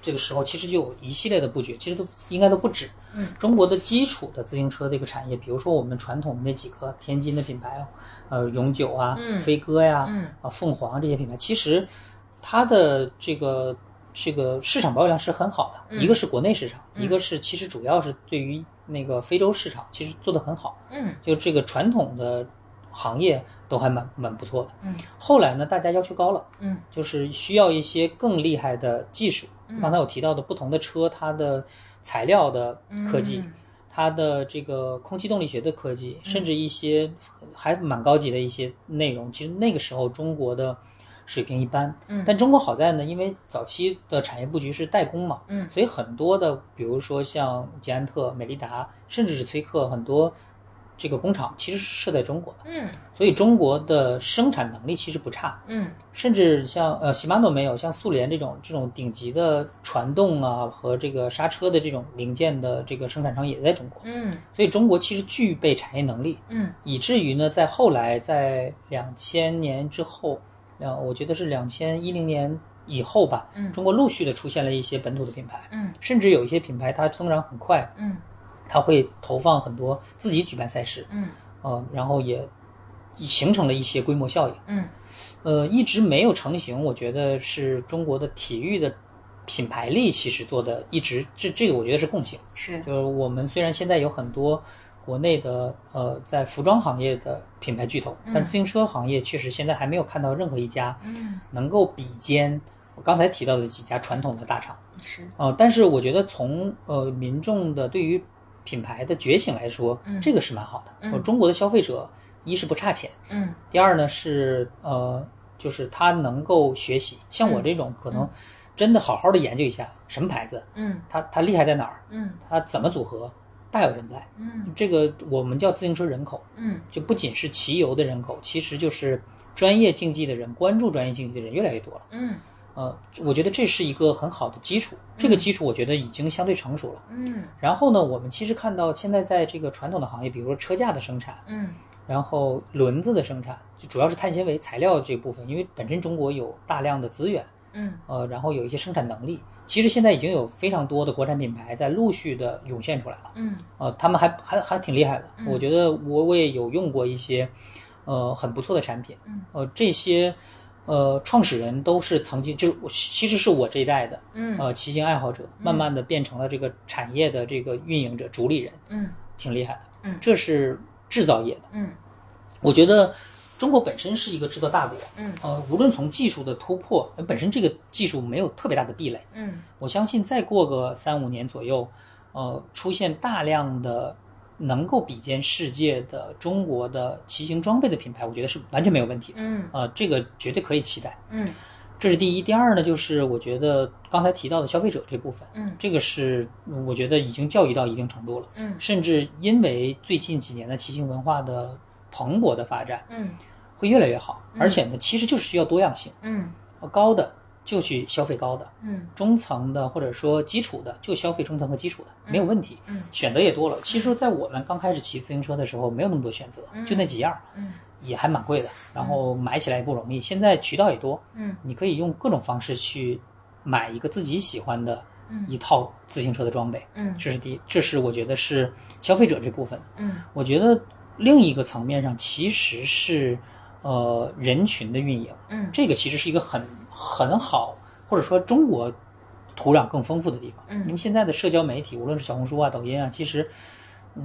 B: 这个时候其实就有一系列的布局，其实都应该都不止。
A: 嗯，
B: 中国的基础的自行车这个产业，比如说我们传统的那几个天津的品牌，呃，永久啊，
A: 嗯
B: 飞鸽呀、
A: 嗯
B: 啊，凤凰这些品牌，其实它的这个这个市场保有量是很好的，
A: 嗯
B: 一个是国内市场，
A: 嗯
B: 一个是其实主要是对于那个非洲市场，其实做得很好，
A: 嗯
B: 就这个传统的行业都还蛮蛮不错的。
A: 嗯
B: 后来呢，大家要求高了，
A: 嗯
B: 就是需要一些更厉害的技术。
A: 嗯
B: 刚才我提到的不同的车，它的材料的科技，
A: 嗯
B: 它的这个空气动力学的科技，甚至一些还蛮高级的一些内容。其实那个时候中国的水平一般，
A: 嗯
B: 但中国好在呢，因为早期的产业布局是代工嘛，
A: 嗯
B: 所以很多的，比如说像捷安特、美利达，甚至是崔克，很多这个工厂其实是设在中国的，
A: 嗯
B: 所以中国的生产能力其实不差。
A: 嗯
B: 甚至像呃喜马诺没有，像速联这种这种顶级的传动啊和这个刹车的这种零件的这个生产商也在中国，
A: 嗯
B: 所以中国其实具备产业能力，
A: 嗯
B: 以至于呢，在后来在两千年之后，两我觉得是两千一零年以后吧
A: 嗯，
B: 中国陆续的出现了一些本土的品牌，
A: 嗯
B: 甚至有一些品牌它增长很快，
A: 嗯
B: 它会投放很多自己举办赛事，
A: 嗯
B: 呃，然后也形成了一些规模效应。
A: 嗯
B: 呃，一直没有成型，我觉得是中国的体育的品牌力其实做的一直这这个我觉得是共性，
A: 是，
B: 就是呃我们虽然现在有很多国内的呃在服装行业的品牌巨头，但是自行车行业确实现在还没有看到任何一家
A: 嗯
B: 能够比肩我刚才提到的几家传统的大厂。
A: 是，
B: 呃，但是我觉得从呃民众的对于品牌的觉醒来说，
A: 嗯
B: 这个是蛮好的。
A: 嗯
B: 呃中国的消费者一是不差钱。
A: 嗯
B: 第二呢是呃，就是他能够学习，像我这种可能真的好好的研究一下什么牌子，
A: 嗯
B: 它它厉害在哪儿，
A: 嗯
B: 它怎么组合，大有人在。
A: 嗯
B: 这个我们叫自行车人口，
A: 嗯
B: 就不仅是骑游的人口，其实就是专业竞技的人，关注专业竞技的人越来越多了。
A: 嗯
B: 呃，我觉得这是一个很好的基础，这个基础我觉得已经相对成熟了。
A: 嗯
B: 然后呢，我们其实看到现在在这个传统的行业，比如说车架的生产，
A: 嗯
B: 然后轮子的生产，就主要是碳纤维材料这部分，因为本身中国有大量的资源，
A: 嗯
B: 呃，然后有一些生产能力。其实现在已经有非常多的国产品牌在陆续的涌现出来了，
A: 嗯
B: 呃，他们还还还挺厉害的。我觉得我我也有用过一些，呃，很不错的产品
A: 嗯，
B: 呃，这些，呃，创始人都是曾经就是我其实是我这一代的，
A: 嗯
B: 呃，骑行爱好者，慢慢的变成了这个产业的这个运营者、主理人，
A: 嗯
B: 挺厉害的。
A: 嗯
B: 这是制造业的。
A: 嗯
B: 我觉得中国本身是一个制造大国，
A: 嗯，
B: 呃，无论从技术的突破，呃本身这个技术没有特别大的壁垒，
A: 嗯
B: 我相信再过个三五年左右，呃，出现大量的能够比肩世界的中国的骑行装备的品牌，我觉得是完全没有问题的，
A: 嗯
B: 呃，这个绝对可以期待。
A: 嗯
B: 这是第一。第二呢，就是我觉得刚才提到的消费者这部分，
A: 嗯
B: 这个是我觉得已经教育到一定程度了。
A: 嗯
B: 甚至因为最近几年的骑行文化的蓬勃的发展，
A: 嗯
B: 会越来越好。
A: 嗯
B: 而且呢，其实就是需要多样性，
A: 嗯
B: 高的就去消费高的，
A: 嗯
B: 中层的或者说基础的就消费中层和基础的，没有问题。
A: 嗯
B: 选择也多了。其实，在我们刚开始骑自行车的时候，没有那么多选择，
A: 嗯
B: 就那几样儿，
A: 嗯
B: 也还蛮贵的。然后买起来也不容易。现在渠道也多，
A: 嗯
B: 你可以用各种方式去买一个自己喜欢的
A: 嗯
B: 一套自行车的装备。
A: 嗯
B: 这是第一，这是我觉得是消费者这部分。
A: 嗯
B: 我觉得另一个层面上其实是呃人群的运营，
A: 嗯
B: 这个其实是一个很很好，或者说中国土壤更丰富的地方。
A: 嗯
B: 因为现在的社交媒体，无论是小红书啊、抖音啊，其实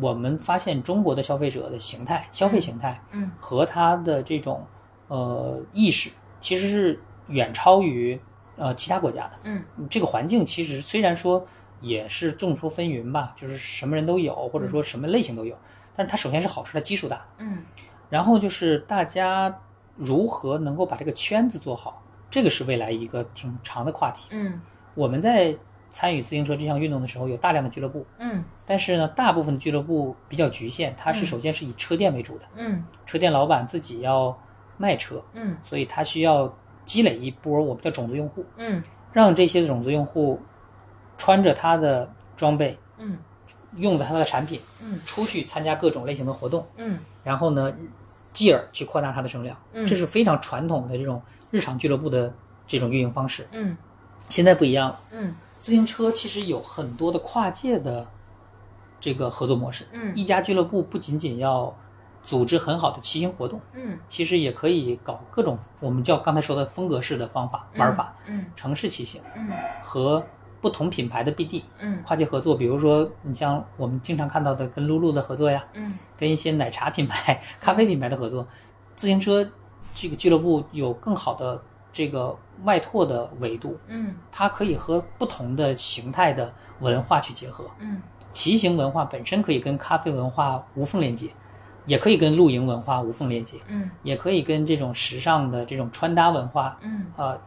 B: 我们发现中国的消费者的形态、消费形态
A: 嗯
B: 和他的这种呃意识，其实是远超于呃其他国家的。
A: 嗯
B: 这个环境其实虽然说也是众说纷纭吧，就是什么人都有，或者说什么类型都有，但是它首先是好事，它基数大，
A: 嗯
B: 然后就是大家如何能够把这个圈子做好，这个是未来一个挺长的话题。
A: 嗯
B: 我们在参与自行车这项运动的时候，有大量的俱乐部，
A: 嗯
B: 但是呢，大部分的俱乐部比较局限，它是
A: 嗯
B: 首先是以车店为主的，
A: 嗯
B: 车店老板自己要卖车，
A: 嗯
B: 所以他需要积累一波我们叫种子用户。
A: 嗯
B: 让这些种子用户穿着他的装备，
A: 嗯
B: 用着他的产品，
A: 嗯
B: 出去参加各种类型的活动，
A: 嗯
B: 然后呢，继而去扩大他的声量。
A: 嗯
B: 这是非常传统的这种日常俱乐部的这种运营方式。
A: 嗯
B: 现在不一样了，
A: 嗯
B: 自行车其实有很多的跨界的这个合作模式。
A: 嗯
B: 一家俱乐部不仅仅要组织很好的骑行活动，
A: 嗯
B: 其实也可以搞各种我们叫刚才说的风格式的方法玩法，
A: 嗯
B: 城市骑行
A: 嗯
B: 和不同品牌的 BD。
A: 嗯
B: 跨界合作，比如说你像我们经常看到的跟露露的合作呀，
A: 嗯
B: 跟一些奶茶品牌、 *laughs* 咖啡品牌的合作，自行车这个俱乐部有更好的这个外拓的维度，
A: 嗯
B: 它可以和不同的形态的文化去结合。
A: 嗯
B: 骑行文化本身可以跟咖啡文化无缝链接，也可以跟露营文化无缝链接，
A: 嗯
B: 也可以跟这种时尚的这种穿搭文化
A: 嗯
B: 呃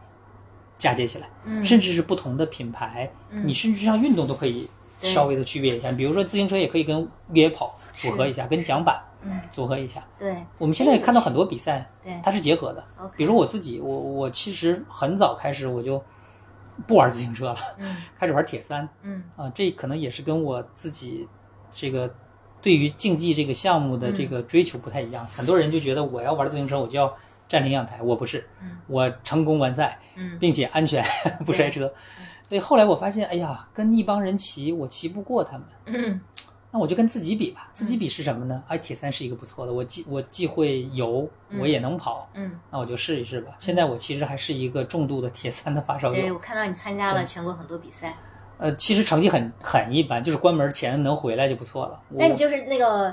B: 嫁接起来。
A: 嗯，
B: 甚至是不同的品牌，
A: 嗯
B: 你甚至像运动都可以
A: 对
B: 稍微的区别一下，比如说自行车也可以跟越野跑
A: 是
B: 组合一下，跟桨板
A: 嗯
B: 组合一下。
A: 对
B: 我们现在也看到很多比赛，
A: 对
B: 它是结合的。
A: OK
B: 比如我自己，我我其实很早开始我就不玩自行车了， *laughs*
A: 嗯
B: 开始玩铁三
A: 嗯
B: 啊，这可能也是跟我自己这个对于竞技这个项目
A: 嗯
B: 的这个追求不太一样。很多人就觉得我要玩自行车，我就要占领阳台，我不是，
A: 嗯
B: 我成功完赛，
A: 嗯
B: 并且安全 *laughs* 不摔车。所以后来我发现，哎呀，跟一帮人骑，我骑不过他们，
A: 嗯
B: 那我就跟自己比吧。自己比是什么呢？哎，铁三是一个不错的，我既我既会游，
A: 嗯
B: 我也能跑，
A: 嗯，
B: 那我就试一试吧。现在我其实还是一个重度的铁三的发烧
A: 对
B: 友，
A: 我看到你参加了全国很多比赛，
B: *laughs* 呃，其实成绩很很一般，就是关门前能回来就不错了。我
A: 但你就是那个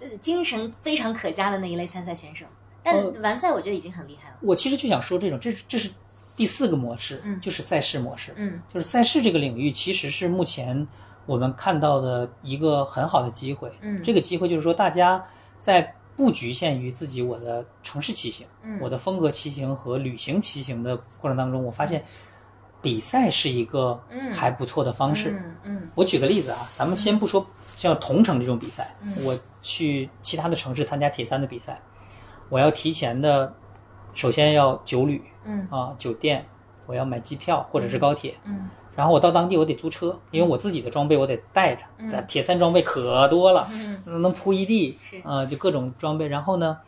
A: 呃精神非常可嘉的那一类参赛选手，
B: 呃
A: 但完赛我觉得已经很厉害了。
B: 我其实就想说这种，这是这是第四个模式，
A: 嗯
B: 就是赛事模式。
A: 嗯
B: 就是赛事这个领域，其实是目前我们看到的一个很好的机会。
A: 嗯
B: 这个机会就是说，大家在不局限于自己我的城市骑行、
A: 嗯
B: 我的风格骑行和旅行骑行的过程当中，我发现比赛是一个
A: 嗯
B: 还不错的方式。
A: 嗯嗯
B: 我举个例子啊，咱们先不说像同城这种比赛，
A: 嗯
B: 我去其他的城市参加铁三的比赛，我要提前的，首先要酒旅
A: 嗯
B: 啊、酒店，我要买机票或者是高铁。
A: 嗯
B: 然后我到当地我得租车，因为我自己的装备我得带着，
A: 嗯
B: 铁三装备可多了，
A: 嗯
B: 能铺一地，
A: 是
B: 啊、就各种装备。然后呢，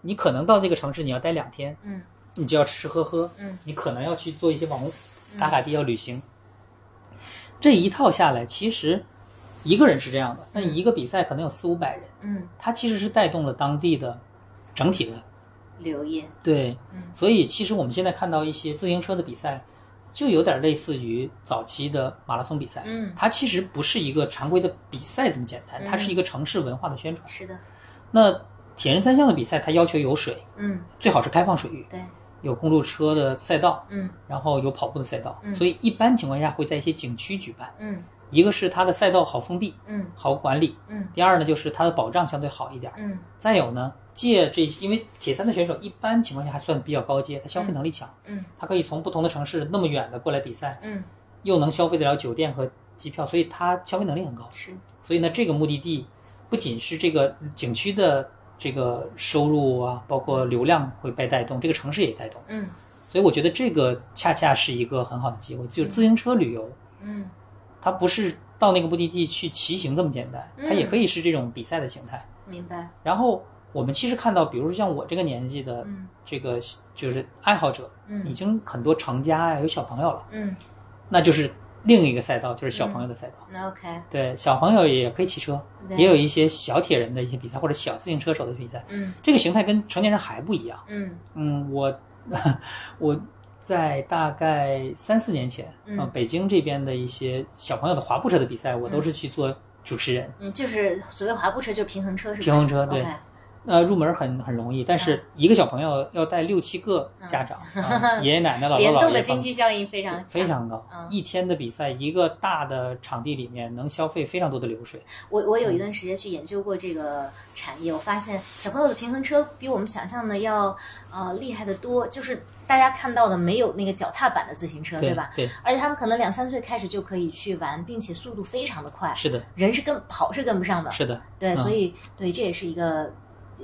B: 你可能到这个城市你要待两天，
A: 嗯
B: 你就要吃吃喝喝，
A: 嗯
B: 你可能要去做一些网红打卡地要旅行。这一套下来，其实一个人是这样的，那一个比赛可能有四五百人，
A: 嗯，
B: 它其实是带动了当地的整体的
A: 刘烨，
B: 对
A: 嗯，
B: 所以其实我们现在看到一些自行车的比赛，就有点类似于早期的马拉松比赛。
A: 嗯
B: 它其实不是一个常规的比赛这么简单，
A: 嗯
B: 它是一个城市文化的宣传。
A: 是的，
B: 那铁人三项的比赛，它要求有水，
A: 嗯
B: 最好是开放水域，
A: 对，
B: 有公路车的赛道，
A: 嗯
B: 然后有跑步的赛道。
A: 嗯
B: 所以一般情况下会在一些景区举办。
A: 嗯
B: 一个是它的赛道好封闭、
A: 嗯
B: 好管理，
A: 嗯
B: 第二呢就是它的保障相对好一点。
A: 嗯
B: 再有呢，借这，因为铁三的选手一般情况下还算比较高阶，他消费能力强，
A: 嗯
B: 他可以从不同的城市那么远的过来比赛，
A: 嗯，
B: 又能消费得了酒店和机票，所以他消费能力很高。
A: 是，
B: 所以呢，这个目的地不仅是这个景区的这个收入啊，包括流量会被带动，这个城市也带动。
A: 嗯
B: 所以我觉得这个恰恰是一个很好的机会，就是自行车旅游，
A: 嗯
B: 它不是到那个目的地去骑行这么简单，它
A: 嗯
B: 也可以是这种比赛的形态。
A: 明白，
B: 然后我们其实看到，比如说像我这个年纪的
A: 嗯
B: 这个就是爱好者，已
A: 嗯
B: 经很多成家啊呀，有小朋友了，
A: 嗯
B: 那就是另一个赛道，就是小朋友的赛道。
A: 那，OK，
B: 对，小朋友也可以骑车，
A: 对
B: 也有一些小铁人的一些比赛或者小自行车手的比赛，
A: 嗯
B: 这个形态跟成年人还不一样。
A: 嗯
B: 嗯，我我在大概三四年前，
A: 嗯
B: 呃北京这边的一些小朋友的滑步车的比赛，我都是去做主持人，
A: 嗯，就是所谓滑步车就是平衡车是吧？
B: 平衡车对
A: OK，
B: 呃，入门很很容易，但
A: 嗯
B: 是一个小朋友要带六七个家长，啊爷爷
A: *laughs*
B: 奶奶、姥姥
A: 联
B: 姥
A: 动
B: 爷
A: 的
B: 帮
A: 经济效应非常
B: 非
A: 强。
B: 常高
A: 嗯，
B: 一天的比赛，一个大的场地里面能消费非常多的流水，
A: 我我
B: 嗯
A: 有一段时间去研究过这个产业，我发现小朋友的平衡车比我们想象的要呃厉害的多，就是大家看到的没有那个脚踏板的自行车，对
B: 对
A: 吧？？
B: 对，
A: 而且他们可能两三岁开始就可以去玩，并且速度非常的快，
B: 是的，
A: 人是跟跑是跟不上的。
B: 是的，
A: 对，
B: 嗯
A: 所以对，这也是一个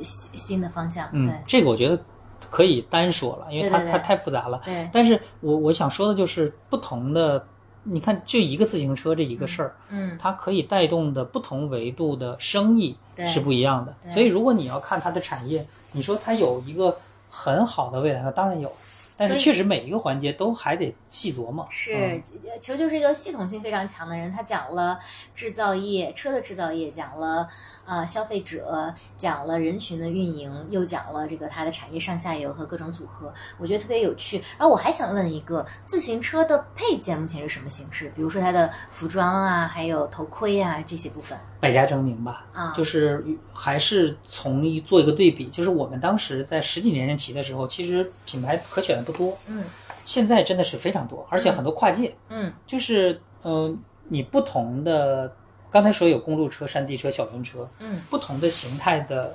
A: 新新的方向。
B: 嗯，这个我觉得可以单说了，因为它
A: 对对对
B: 它太复杂了。
A: 对对，
B: 但是我我想说的就是不同的，你看就一个自行车这一个事儿，
A: 嗯
B: 它可以带动的不同维度的生意
A: 对
B: 是不一样的
A: 对。
B: 所以如果你要看它的产业，你说它有一个很好的未来，那当然有，但
A: 所
B: 是
A: 以
B: 确实每一个环节都还得细琢磨。
A: 是
B: 嗯，
A: 呃球球是一个系统性非常强的人，他讲了制造业、车的制造业，讲了呃消费者，讲了人群的运营，又讲了这个它的产业上下游和各种组合，我觉得特别有趣。然后我还想问一个，自行车的配件目前是什么形式？比如说它的服装啊，还有头盔啊这些部分
B: 百家争鸣吧。
A: 啊，
B: 就是还是从一做一个对比，就是我们当时在十几年前骑的时候，其实品牌可选的不多，
A: 嗯
B: 现在真的是非常多，而且很多跨界，
A: 嗯
B: 就是嗯、呃你不同的，刚才说有公路车、山地车、小轮车，
A: 嗯，
B: 不同的形态的，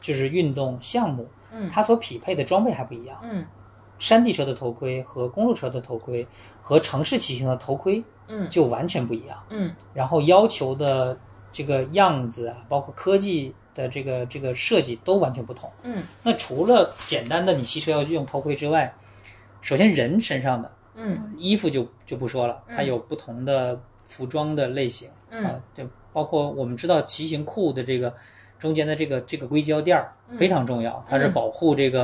B: 就是运动项目，
A: 嗯
B: 它所匹配的装备还不一样。
A: 嗯
B: 山地车的头盔和公路车的头盔和城市骑行的头盔
A: 嗯
B: 就完全不一样，
A: 嗯
B: 然后要求的这个样子啊，包括科技的这个这个设计都完全不同。
A: 嗯
B: 那除了简单的你骑车要用头盔之外，首先人身上的
A: 嗯
B: 衣服就就不说了，它有不同的服装的类型，
A: 嗯
B: 啊，就包括我们知道骑行裤的这个中间的这个这个硅胶垫儿
A: 嗯
B: 非常重要，它是保护这个、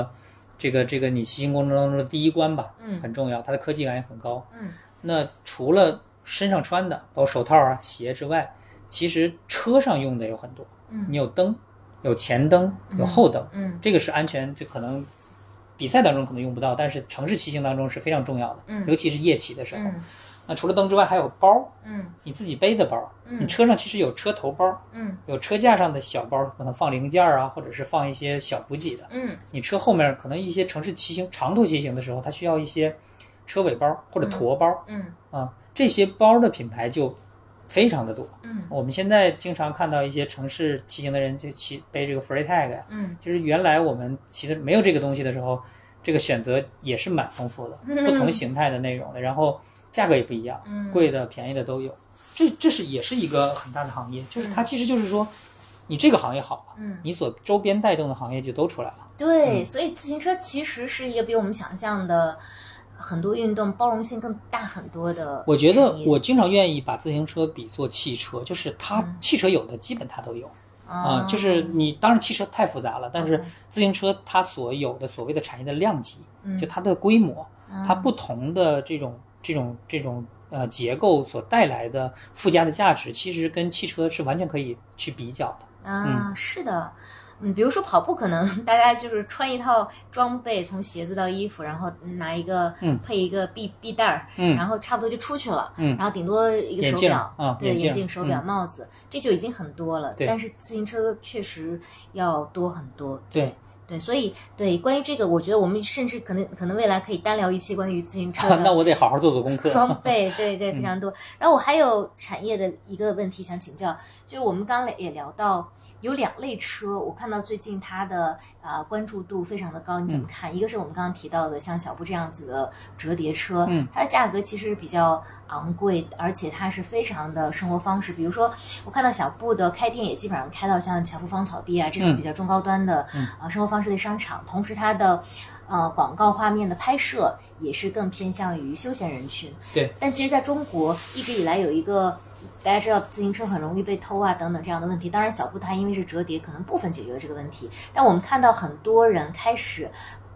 B: 这个这个你骑行过程当中的第一关吧，
A: 嗯
B: 很重要，它的科技感也很高。
A: 嗯
B: 那除了身上穿的，包括手套啊、鞋之外，其实车上用的有很多，
A: 嗯
B: 你有灯，有前灯，有后灯，
A: 嗯
B: 这个是安全，这可能比赛当中可能用不到，但是城市骑行当中是非常重要的，
A: 嗯
B: 尤其是夜骑的时候。
A: 嗯
B: 那除了灯之外，还有包，
A: 嗯
B: 你自己背的包，
A: 嗯
B: 你车上其实有车头包，
A: 嗯
B: 有车架上的小包，可能放零件啊，或者是放一些小补给的。
A: 嗯
B: 你车后面可能一些城市骑行、长途骑行的时候，它需要一些车尾包或者驮包、
A: 嗯
B: 啊，这些包的品牌就非常的多。
A: 嗯
B: 我们现在经常看到一些城市骑行的人就骑背这个 Free Tag 呀、
A: 嗯
B: 就是原来我们骑的没有这个东西的时候，这个选择也是蛮
A: *laughs*
B: 丰富的，
A: 嗯
B: 不同形态的内容的，然后价格也不一样，
A: 嗯
B: 贵的、便宜的都有。这这是也是一个很大的行业，就是它其实就是说，你这个行业好了，
A: 嗯。
B: 你所周边带动的行业就都出来了。
A: 对，所以自行车其实是一个比我们想象的很多运动包容性更大很多的。
B: 我觉得我经常愿意把自行车比作汽车，就是它
A: 嗯
B: 汽车有的基本它都有啊、
A: 啊、嗯
B: 就是你当然汽车太复杂了，但是
A: OK
B: 自行车它所有的所谓的产业的量级，
A: 嗯
B: 就它的规模，它
A: 嗯
B: 不同的这种这种这种呃结构所带来的附加的价值，其实跟汽车是完全可以去比较的。
A: 啊，是的。嗯，比如说跑步，可能 *laughs* 大家就是穿一套装备，从鞋子到衣服，然后拿一个、
B: 嗯
A: 配一个臂臂带儿，
B: 嗯
A: 然后差不多就出去了。
B: 嗯
A: 然后顶多一个
B: 眼
A: 手
B: 镜
A: 表，
B: 啊
A: 对，
B: 眼镜
A: 手表、帽子，这就已经很多了。
B: 对
A: 但是自行车确实要多很多。
B: 对，
A: 对，所以对关于这个，我觉得我们甚至可能可能未来可以单聊一期关于自行车
B: *laughs* 那
A: 的
B: 我得好好做做功课。嗯
A: 装备，对对，非常多。然后我还有产业的一个问题想请教，就是我们刚刚也聊到有两类车，我看到最近它的啊、呃关注度非常的高，你怎么
B: 嗯
A: 看？一个是我们刚刚提到的像小布这样子的折叠车，
B: 嗯
A: 它的价格其实比较昂贵，而且它是非常的生活方式，比如说我看到小布的开店也基本上开到像巧妇芳草地啊这种
B: 嗯
A: 比较中高端的、
B: 嗯
A: 啊生活方式类商场，同时它的。呃，广告画面的拍摄也是更偏向于休闲人群，但其实在中国一直以来有一个。大家知道自行车很容易被偷啊等等这样的问题，当然小布它因为是折叠，可能部分解决了这个问题。但我们看到很多人开始，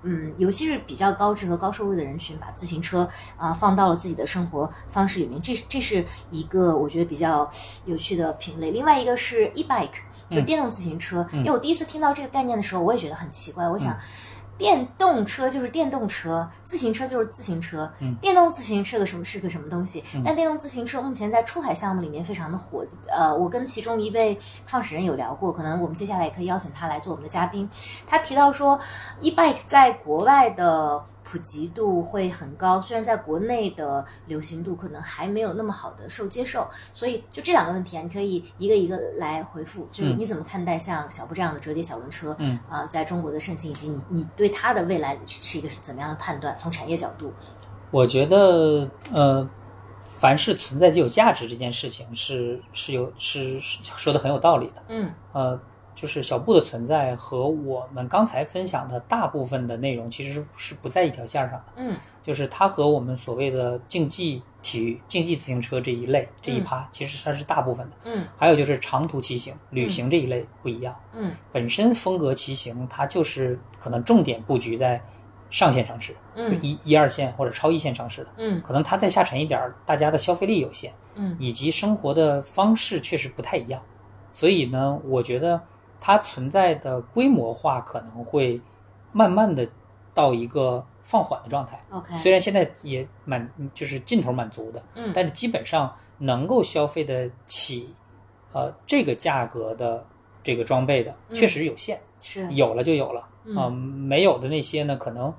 A: 嗯，尤其是比较高智和高收入的人群，把自行车啊、呃放到了自己的生活方式里面，这这是一个我觉得比较有趣的品类。另外一个是 e bike，就是电动自行车。因为我第一次听到这个概念的时候，我也觉得很奇怪，我想。电动车就是电动车，自行车就是自行车。
B: 嗯
A: 电动自行车个什么是个什么东西？但电动自行车目前在出海项目里面非常的火。呃，我跟其中一位创始人有聊过，可能我们接下来也可以邀请他来做我们的嘉宾。他提到说，e-bike 在国外的普及度会很高，虽然在国内的流行度可能还没有那么好的受接受。所以就这两个问题啊，你可以一个一个来回复，就是
B: 嗯
A: 你怎么看待像小布这样的折叠小轮车，
B: 嗯
A: 啊、在中国的盛行，以及你你对它的未来是一个怎么样的判断？从产业角度，
B: 我觉得，呃，凡是存在即有价值这件事情是是有是是说的很有道理的。
A: 嗯
B: 呃，就是小布的存在和我们刚才分享的大部分的内容其实是不在一条线上的，
A: 嗯
B: 就是它和我们所谓的竞技体育、竞技自行车这一类这一趴，其实它是大部分的。
A: 嗯
B: 还有就是长途骑行、旅行这一类不一样，
A: 嗯
B: 本身风格骑行它就是可能重点布局在上线城市，就
A: 嗯
B: 一一二线或者超一线城市的。
A: 嗯
B: 可能它再下沉一点儿，大家的消费力有限，
A: 嗯
B: 以及生活的方式确实不太一样，所以呢，我觉得它存在的规模化可能会慢慢的到一个放缓的状态。
A: 嗯，OK，
B: 虽然现在也满就是劲头满足的，
A: 嗯
B: 但是基本上能够消费得起，呃，这个价格的这个装备的确实有限，
A: 是
B: 有了就有了
A: 嗯
B: 啊、没有的那些呢，可能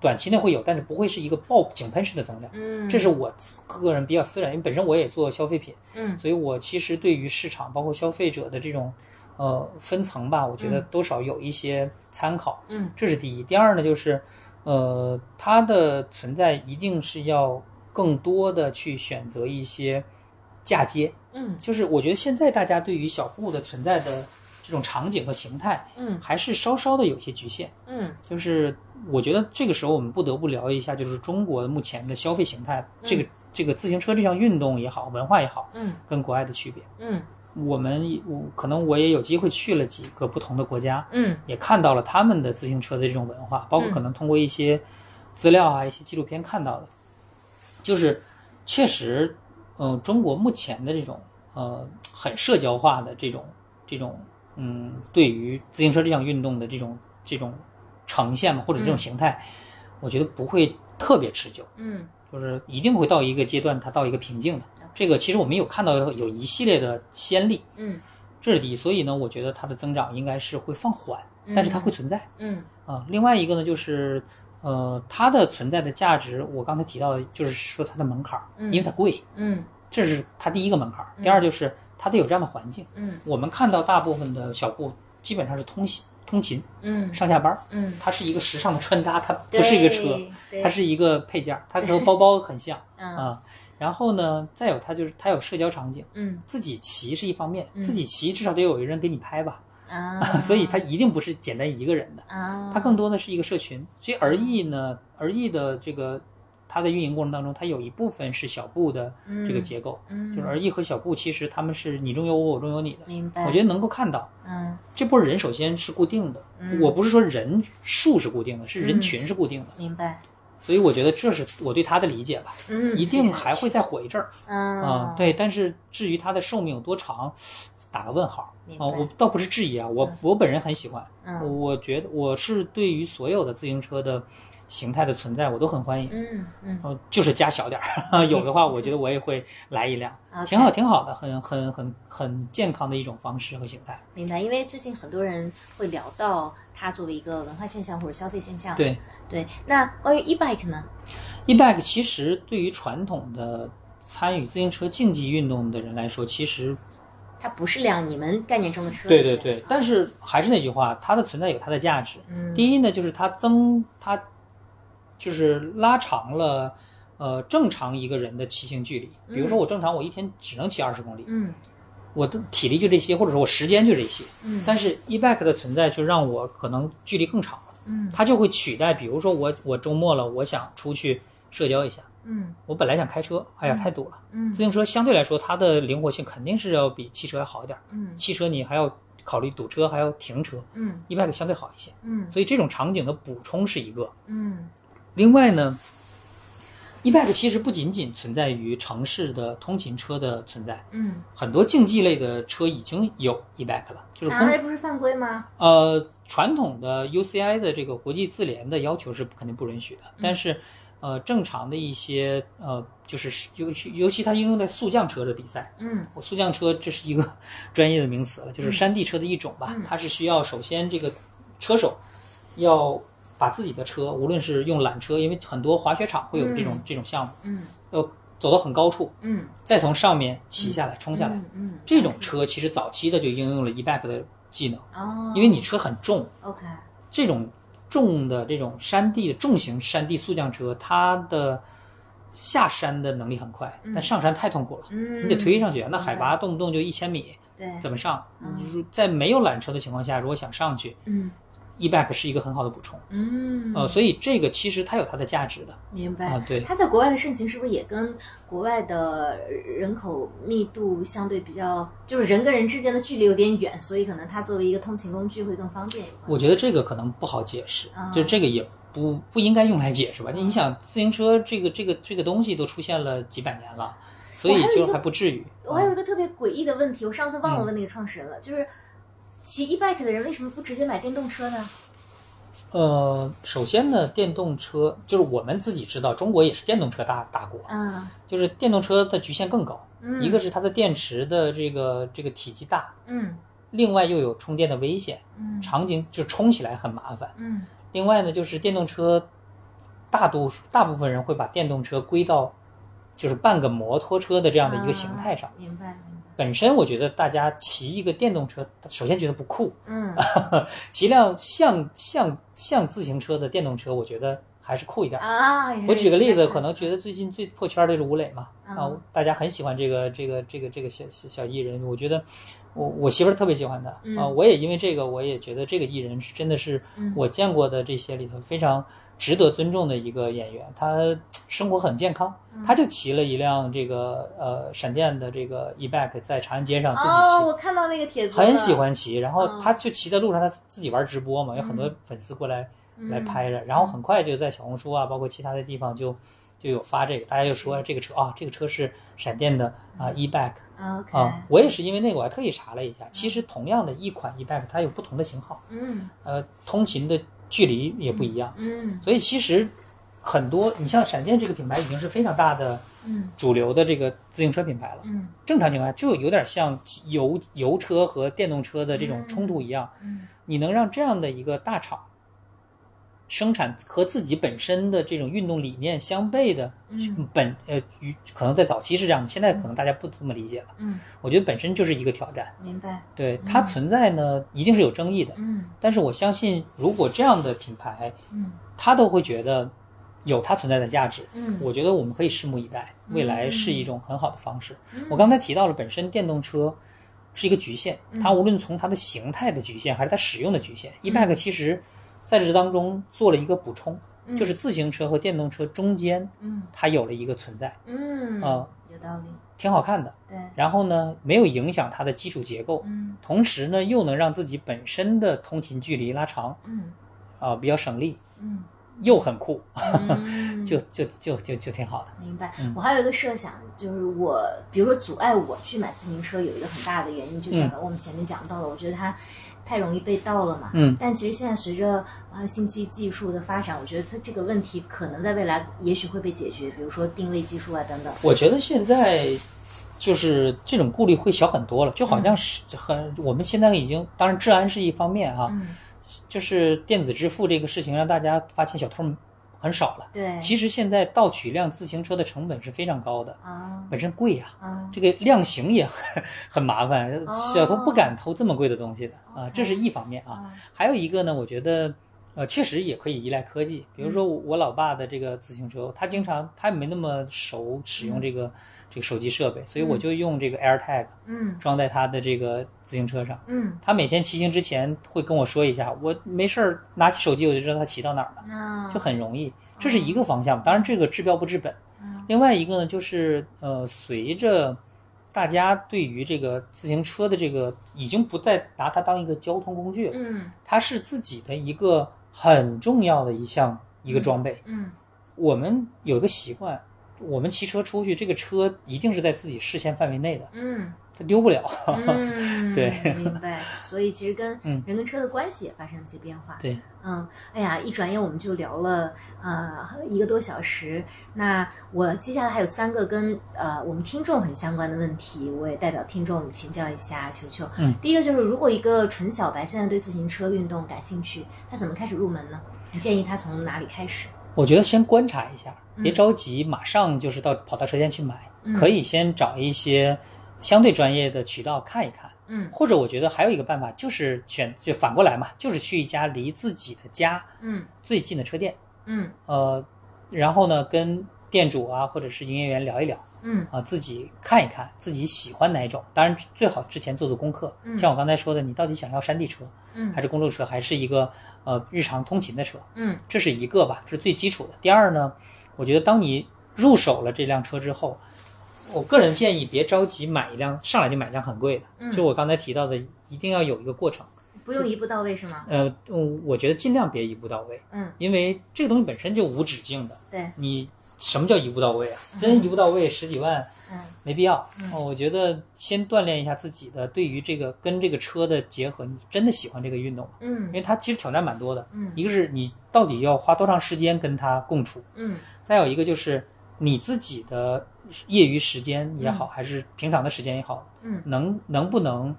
B: 短期内会有，但是不会是一个爆井喷式的增量。
A: 嗯，
B: 这是我个人比较私人，因为本身我也做消费品，
A: 嗯
B: 所以我其实对于市场包括消费者的这种呃分层吧，我觉得
A: 嗯
B: 多少有一些参考，
A: 嗯
B: 这是第一。第二呢，就是呃它的存在一定是要更多的去选择一些嫁接，
A: 嗯
B: 就是我觉得现在大家对于小布的存在的这种场景和形态，
A: 嗯
B: 还是稍稍的有些局限。
A: 嗯
B: 就是我觉得这个时候我们不得不聊一下，就是中国目前的消费形态，这个这个自行车这项运动也好，文化也好，
A: 嗯
B: 跟国外的区别。
A: 嗯
B: 我们也我可能我也有机会去了几个不同的国家，
A: 嗯
B: 也看到了他们的自行车的这种文化，包括
A: 嗯
B: 可能通过一些资料啊、一些纪录片看到的，就是呃确实，嗯、中国目前的这种呃很社交化的这种这种嗯，对于自行车这项运动的这种这种呈现嘛，或者这种形态，我觉得不会特别持久，
A: 嗯
B: 就是一定会到一个阶段，它到一个瓶颈的。这个其实我们有看到有有一系列的先例，
A: 嗯
B: 这是第一，所以呢，我觉得它的增长应该是会放缓，
A: 嗯
B: 但是它会存在
A: 嗯
B: 啊、另外一个呢，就是呃，它的存在的价值，我刚才提到的就是说它的门槛儿，
A: 嗯
B: 因为它贵，
A: 嗯
B: 这是它第一个门槛儿。第二就是它得有这样的环境。
A: 嗯
B: 我们看到大部分的小布基本上是通勤通勤
A: 嗯
B: 上下班儿，
A: 嗯，
B: 它是一个时尚的穿搭，它
A: 对
B: 不是一个车，，
A: 对
B: 它是一个配件儿，它和包包很像
A: *laughs* 嗯
B: 啊。然后呢，再有它就是它有社交场景。 *laughs*
A: 嗯
B: 自己骑是一方面，
A: 嗯
B: 自己骑至少得有人给你拍吧，，
A: 啊
B: 所以它一定不是简单一个人的，
A: 啊，
B: 它更多的是一个社群。所以而易呢，而易的这个它的运营过程当中，它有一部分是小布的这个结构，
A: 嗯
B: 就是而易 E 和小布其实他们是你中有我，我中有你的。
A: 明白，
B: 我觉得能够看到
A: 嗯
B: 这波人首先是固定的，
A: 嗯
B: 我不是说人数是固定的，是人
A: 嗯
B: 群是固定的，
A: 明白，
B: 所以我觉得这是我对它的理解吧。
A: 嗯，
B: 一定还会再火一阵儿。啊
A: 啊，，
B: 对，但是至于它的寿命有多长，打个问号
A: 明白
B: 啊。我倒不是质疑啊，我我本人很喜欢，
A: 嗯
B: 我觉得我是对于所有的自行车的形态的存在，我都很欢迎。
A: 嗯嗯，
B: 呃，就是加小点儿， *laughs* 有的话，我觉得我也会来一辆，
A: OK
B: 挺好，挺好的，很很很很健康的一种方式和形态。
A: 明白。因为最近很多人会聊到它作为一个文化现象或者消费现象。
B: 对
A: 对，那关于 e bike 呢？
B: ，e-bike 其实对于传统的参与自行车竞技运动的人来说，其实
A: 它不是辆你们概念中的车。啊
B: 对对对，但是还是那句话，它的存在有它的价值。
A: 嗯，
B: 第一呢，就是它增它就是拉长了呃正常一个人的骑行距离。比如说我正常我一天只能骑二十公里，
A: 嗯
B: 我的体力就这些，或者说我时间就这些。
A: 嗯
B: 但是 e-bike 的存在就让我可能距离更长了，
A: 嗯
B: 它就会取代，比如说我我周末了，我想出去社交一下，
A: 嗯
B: 我本来想开车，哎呀太堵了。
A: 嗯
B: 自行车相对来说它的灵活性肯定是要比汽车要好一点儿，
A: 嗯
B: 汽车你还要考虑堵车，还要停车
A: 嗯
B: ，e-bike 相对好一些，
A: 嗯
B: 所以这种场景的补充是一个。
A: 嗯
B: 另外呢，e-bike 其实不仅仅存在于城市的通勤车的存在，
A: 嗯，
B: 很多竞技类的车已经有 e-bike 了，就是
A: 啊，
B: 公
A: 那不是犯规吗？
B: 呃，传统的 UCI 的这个国际自联的要求是肯定不允许的，但是，呃，正常的一些呃，就是尤其尤其它应用在速降车的比赛，
A: 嗯
B: 我速降车这是一个 *laughs* 专业的名词了，就是山地车的一种吧，
A: 嗯
B: 它是需要首先这个车手要把自己的车，无论是用缆车，因为很多滑雪场会有这种、
A: 嗯
B: 这种项目，
A: 嗯
B: 要走到很高处，
A: 嗯，
B: 再从上面骑下来、冲下来，
A: 嗯
B: 这种车其实早期的就应用了 e-bike 的技能，
A: 哦，
B: 因为你车很重。
A: OK
B: 这种重的这种山地重型山地速降车，它的下山的能力很快，但上山太痛苦了，
A: 嗯，
B: 你得推上去，啊那
A: 白
B: 海拔动不动就一千米，
A: 对，
B: 怎么上？
A: 嗯
B: 如在没有缆车的情况下，如果想上去
A: 嗯
B: ，e-bike 是一个很好的补充。
A: 嗯
B: 呃，所以这个其实它有它的价值的
A: 明白。
B: 啊，对，
A: 它在国外的盛行是不是也跟国外的人口密度相对比较，就是人跟人之间的距离有点远，所以可能它作为一个通勤工具会更方便一点。
B: 我觉得这个可能不好解释
A: 啊，
B: 就这个也不不应该用来解释吧。
A: 嗯
B: 你想，自行车这个这个这个东西都出现了几百年了，所以
A: 我还有一
B: 就
A: 个
B: 还不至于。
A: 我还有一个特别诡异的问题，我上次忘
B: 嗯
A: 了问那个创始人了，就是骑 e bike 的人为什么不直接买电动车呢？
B: 呃，首先呢，电动车就是我们自己知道，中国也是电动车大大国，
A: 嗯
B: 就是电动车的局限更高。
A: 嗯，
B: 一个是它的电池的这个这个体积大，
A: 嗯
B: 另外又有充电的危险，
A: 嗯
B: 场景就充起来很麻烦。
A: 嗯
B: 另外呢，就是电动车，大多数大部分人会把电动车归到就是半个摩托车的这
A: 这
B: 样的一个形态上。
A: 啊明白明白。
B: 本身我觉得大家骑一个电动车，首先觉得不酷，
A: 嗯
B: 骑辆像像像自行车的电动车，我觉得还是酷一点。
A: 啊，也是
B: *laughs* 我举个例
A: 这
B: 子，
A: 样
B: 可能觉得最近最破圈的就是吴磊嘛，啊
A: 嗯，
B: 大家很喜欢这个这个这个这个小小小艺人，我觉得我我媳妇儿特别喜欢他啊，
A: 嗯
B: 我也因为这个，我也觉得这个艺人是真的是
A: 嗯
B: 我见过的这些里头非常值得尊重的一个演员，他生活很健康，
A: 嗯
B: 他就骑了一辆这个呃闪电的这个 e-bike 在长安街上自己骑
A: 哦，。我看到那个帖子了，
B: 很喜欢骑，然后
A: 嗯
B: 他就骑在路上，他自己玩直播嘛，有很多粉丝过来、
A: 嗯
B: 来拍着，然后很快就在小红书啊，包括其他的地方就就有发这个，大家就说这个车啊，这个车是闪电的啊 e bike
A: 嗯 OK，
B: 啊，我也是因为那个我还特意查了一下，其实同样的一款 e bike 它有不同的型号，
A: 嗯
B: 呃，通勤的距离也不一样，
A: 嗯
B: 所以其实很多你像闪电这个品牌已经是非常大的
A: 嗯
B: 主流的这个自行车品牌了。
A: 嗯
B: 正常情况下，就有点像油油车和电动车的这种冲突一样。
A: 嗯
B: 你能让这样的一个大厂生产和自己本身的这种运动理念相悖的，
A: 嗯
B: 本呃，与可能在早期是这样的，现在可能大家不这么理解了。
A: 嗯，
B: 我觉得本身就是一个挑战，
A: 明白，
B: 对它存在呢，一定是有争议的。
A: 嗯
B: 但是我相信，如果这样的品牌，
A: 嗯
B: 它都会觉得有它存在的价值。
A: 嗯，
B: 我觉得我们可以拭目以待，未来是一种很好的方式。
A: 嗯
B: 我刚才提到了，本身电动车是一个局限，
A: 嗯
B: 它无论从它的形态的局限，还是它使用的局限、e b i k e 其实在这当中做了一个补充，
A: 嗯
B: 就是自行车和电动车中间
A: 嗯
B: 它有了一个存在，
A: 嗯
B: 啊
A: 有道理，
B: 挺好看的。
A: 对，
B: 然后呢，没有影响它的基础结构，
A: 嗯
B: 同时呢，又能让自己本身的通勤距离拉长，
A: 嗯
B: *laughs* 啊、比较省力。
A: 嗯
B: 又很酷，
A: 嗯
B: 就就就就就挺好的。
A: 明白
B: 嗯。
A: 我还有一个设想，就是我，比如说阻碍我去买自行车有一个很大的原因，就
B: 嗯
A: 像我们前面讲到的，我觉得它太容易被盗了嘛。
B: 嗯。
A: 但其实现在随着呃信息技术的发展，我觉得它这个问题可能在未来也许会被解决，比如说定位技术啊等等。
B: 我觉得现在就是这种顾虑会小很多了，就好像
A: 嗯
B: 是很我们现在已经，当然治安是一方面啊，
A: 嗯，
B: 就是电子支付这个事情让大家发现小偷很少了。
A: 对。
B: 其实现在盗取一辆自行车的成本是非常高的，
A: 啊
B: 本身贵呀、
A: 啊，
B: 这个量刑也 *laughs* 很很麻烦，
A: 哦
B: 小偷不敢偷这么贵的东西的啊，这是一方面啊。还有一个呢，我觉得，呃，确实也可以依赖科技。比如说我我老爸的这个自行车，他经常他没那么熟使用这个这个手机设备，所以我就用这个 AirTag
A: 嗯
B: 装在他的这个自行车上。
A: 嗯，
B: 他每天骑行之前会跟我说一下，我没事儿拿起手机我就知道他骑到哪儿了，
A: 那
B: 就很容易。这是一个方向，当然这个治标不治本。
A: 嗯
B: 另外一个呢，就是呃，随着大家对于这个自行车的这个已经不再拿它当一个交通工具了，
A: 嗯
B: 它是自己的一个很重要的一项一个装备。
A: 嗯
B: 我们有一个习惯，我们骑车出去，这个车一定是在自己视线范围内的，
A: 嗯
B: 它丢不了。 *laughs*
A: 嗯，
B: 对
A: 明白。所以其实跟
B: 嗯
A: 人跟车的关系也发生了一些变化。
B: 对，
A: 嗯，哎呀，一转眼我们就聊了呃一个多小时。那我接下来还有三个跟呃我们听众很相关的问题，我也代表听众请教一下球球。
B: 嗯，
A: 第一个就是，如果一个纯小白现在对自行车运动感兴趣，他怎么开始入门呢？你建议他从哪里开始？
B: 我觉得先观察一下，
A: 嗯
B: 别着急，马上就是到跑到车间去买，
A: 嗯
B: 可以先找一些相对专业的渠道看一看。
A: 嗯
B: 或者我觉得还有一个办法就是选，就反过来嘛，就是去一家离自己的家
A: 嗯
B: 最近的车店，
A: 嗯
B: 呃，然后呢跟店主啊或者是营业员聊一聊
A: 嗯
B: 啊、自己看一看自己喜欢哪一种，当然最好之前做做功课。
A: 嗯
B: 像我刚才说的，你到底想要山地车，
A: 嗯
B: 还是公路车，还是一个呃日常通勤的车？
A: 嗯
B: 这是一个吧，这是最基础的。第二呢，我觉得当你入手了这辆车之后，我个人建议别着急买一辆，上来就买一辆很贵的。
A: 嗯
B: 就我刚才提到的，一定要有一个过程。
A: 不用一步到位是吗？
B: 呃，嗯我觉得尽量别一步到位，
A: 嗯，
B: 因为这个东西本身就无止境的。
A: 对，
B: 你什么叫一步到位啊？真一步到位，十几万
A: 嗯
B: 没必要。
A: 嗯
B: 哦，我觉得先锻炼一下自己的对于这个跟这个车的结合，你真的喜欢这个运动吗，因
A: 嗯
B: 为它其实挑战蛮多的。
A: 嗯
B: 一个是你到底要花多长时间跟它共处，
A: 嗯
B: 再有一个就是你自己的业余时间也好，还是平常的时间也好，
A: 嗯
B: 能能不能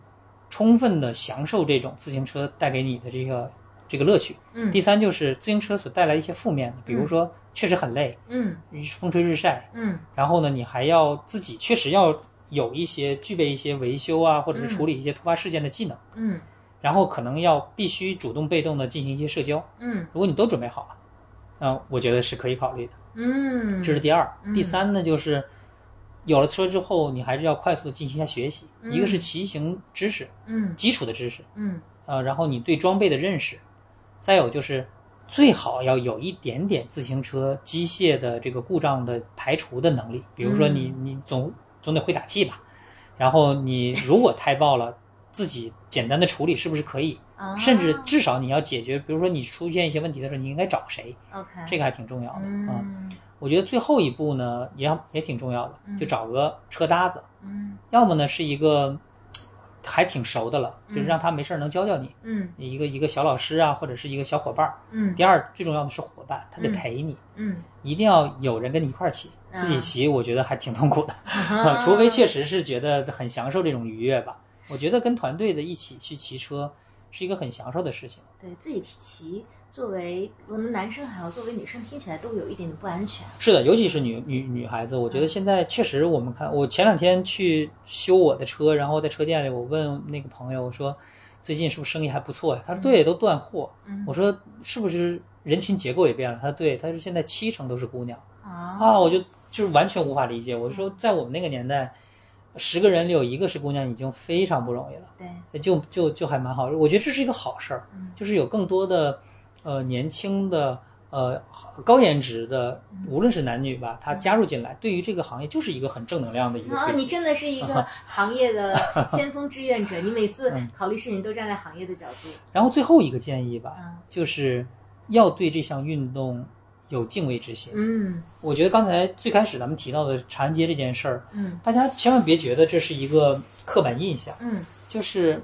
B: 充分的享受这种自行车带给你的这个这个乐趣？
A: 嗯
B: 第三就是自行车所带来一些负面的，比如说确实很累，
A: 嗯
B: 风吹日晒，
A: 嗯
B: 然后呢，你还要自己确实要有一些具备一些维修啊，或者是处理一些突发事件的技能，
A: 嗯
B: 然后可能要必须主动被动的进行一些社交。
A: 嗯
B: 如果你都准备好了，嗯，我觉得是可以考虑的。
A: 嗯，
B: 这是第二
A: 嗯，
B: 第三呢，就是有了车之后，你还是要快速的进行一下学习，
A: 嗯
B: 一个是骑行知识，
A: 嗯
B: 基础的知识，
A: 嗯
B: 呃，然后你对装备的认识，再有就是最好要有一点点自行车机械的这个故障的排除的能力，比如说
A: 嗯
B: 你你总总得会打气吧，然后你如果胎爆了，自己简单的处理是不是可以？
A: 啊，
B: 甚至至少你要解决，比如说你出现一些问题的时候，你应该找谁，
A: OK
B: 这个还挺重要的啊。
A: 嗯
B: 我觉得最后一步呢，也也挺重要的，就找个车搭子，
A: 嗯
B: 要么呢是一个嘖还挺熟的了，
A: 嗯
B: 就是让他没事儿能教教你，
A: 嗯
B: 一个一个小老师啊，或者是一个小伙伴儿。
A: 嗯
B: 第二，最重要的是伙伴，他得
A: 嗯
B: 陪你，
A: 嗯，
B: 一定要有人跟你一块儿骑。
A: 啊
B: 自己骑，我觉得还挺痛苦的，
A: 嗯
B: *laughs* 啊除非确实是觉得很享受这种愉悦吧。我觉得跟团队的一起去骑车是一个很享受的事情。
A: 对自己骑，作为可能男生还好，作为女生听起来都有一点点不安全。
B: 是的，尤其是女女女孩子，我
A: 嗯
B: 觉得现在确实，我们看，我前两天去修我的车，然后在车店里，我问那个朋友，我说最近是不是生意还不错呀？他说对，都断货。
A: 嗯
B: 我说是不是人群结构也变了？他说对，他说现在七成都是姑娘
A: 啊，
B: 啊，我就就是完全无法理解。我就说在我们那个年代，十个人里有一个是姑娘已经非常不容易了，呃
A: 对，哦
B: 就就就还蛮好。我觉得这是一个好事儿
A: 嗯，
B: 就是有更多的呃年轻的呃高颜值的，
A: 嗯
B: 无论是男女吧，他加入进来，对于这个行业就是一个很正能量的一个
A: 啊，
B: 推
A: 你
B: 进。
A: 真的是一个行业的先锋志愿
B: 嗯
A: 者，你每次考虑事情都站在行业的角度。
B: 啊然后最后一个建议吧，
A: 嗯
B: 就是要对这项运动有敬畏之心。
A: 嗯
B: 我觉得刚才最开始咱们提到的缠结这件事儿，
A: 嗯
B: 大家千万别觉得这是一个刻板印象，
A: 嗯
B: 就是，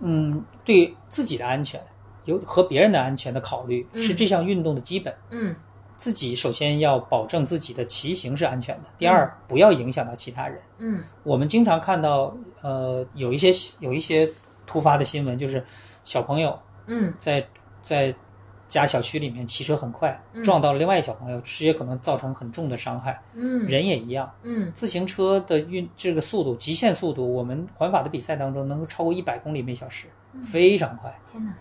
B: 嗯，对自己的安全有和别人的安全的考虑
A: 嗯
B: 是这项运动的基本。
A: 嗯
B: 自己首先要保证自己的骑行是安全的，第二不要影响到其他人。
A: 嗯
B: 我们经常看到，呃，有一些有一些突发的新闻，就是小朋友
A: 嗯
B: 在在家小区里面骑车很快
A: 嗯，
B: 撞到了另外一小朋友，直接可能造成很重的伤害。
A: 嗯
B: 人也一样，
A: 嗯
B: 自行车的运这个速度极限速度，我们环法的比赛当中能够超过一百公里每小时，非常快。
A: 天哪，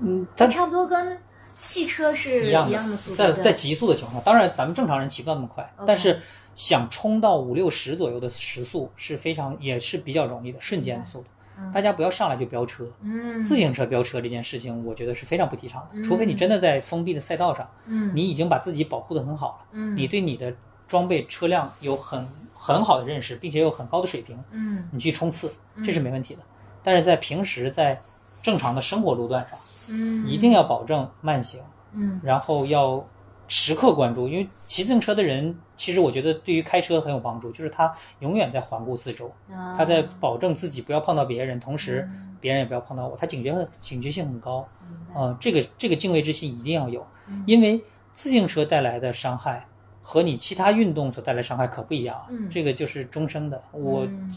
B: 嗯，它
A: 它嗯差不多跟汽车是
B: 一
A: 一
B: 样的
A: 样的速度，
B: 在
A: 对
B: 在极速的情况下，当然咱们正常人骑不到那么快
A: OK
B: 但是想冲到五六十左右的时速是非常也是比较容易的，瞬间的速度。
A: 嗯
B: 大家不要上来就飙车，
A: 嗯
B: 自行车飙车这件事情，我觉得是非常不提倡的。
A: 嗯
B: 除非你真的在封闭的赛道上，
A: 嗯
B: 你已经把自己保护的很好了，
A: 嗯
B: 你对你的装备、车辆有很很好的认识，并且有很高的水平，
A: 嗯
B: 你去冲刺，这是没问题的。但是在平时在正常的生活路段上，
A: 嗯
B: 一定要保证慢行，
A: 嗯
B: 然后要时刻关注，因为骑自行车的人，其实我觉得对于开车很有帮助，就是他永远在环顾四周，
A: 啊
B: 他在保证自己不要碰到别人，同时
A: 嗯
B: 别人也不要碰到我，他警觉很警觉性很高。
A: 明白
B: 嗯，这个这个敬畏之心一定要有
A: 嗯，
B: 因为自行车带来的伤害和你其他运动所带来伤害可不一样啊
A: 嗯，
B: 这个就是终生的。我
A: 嗯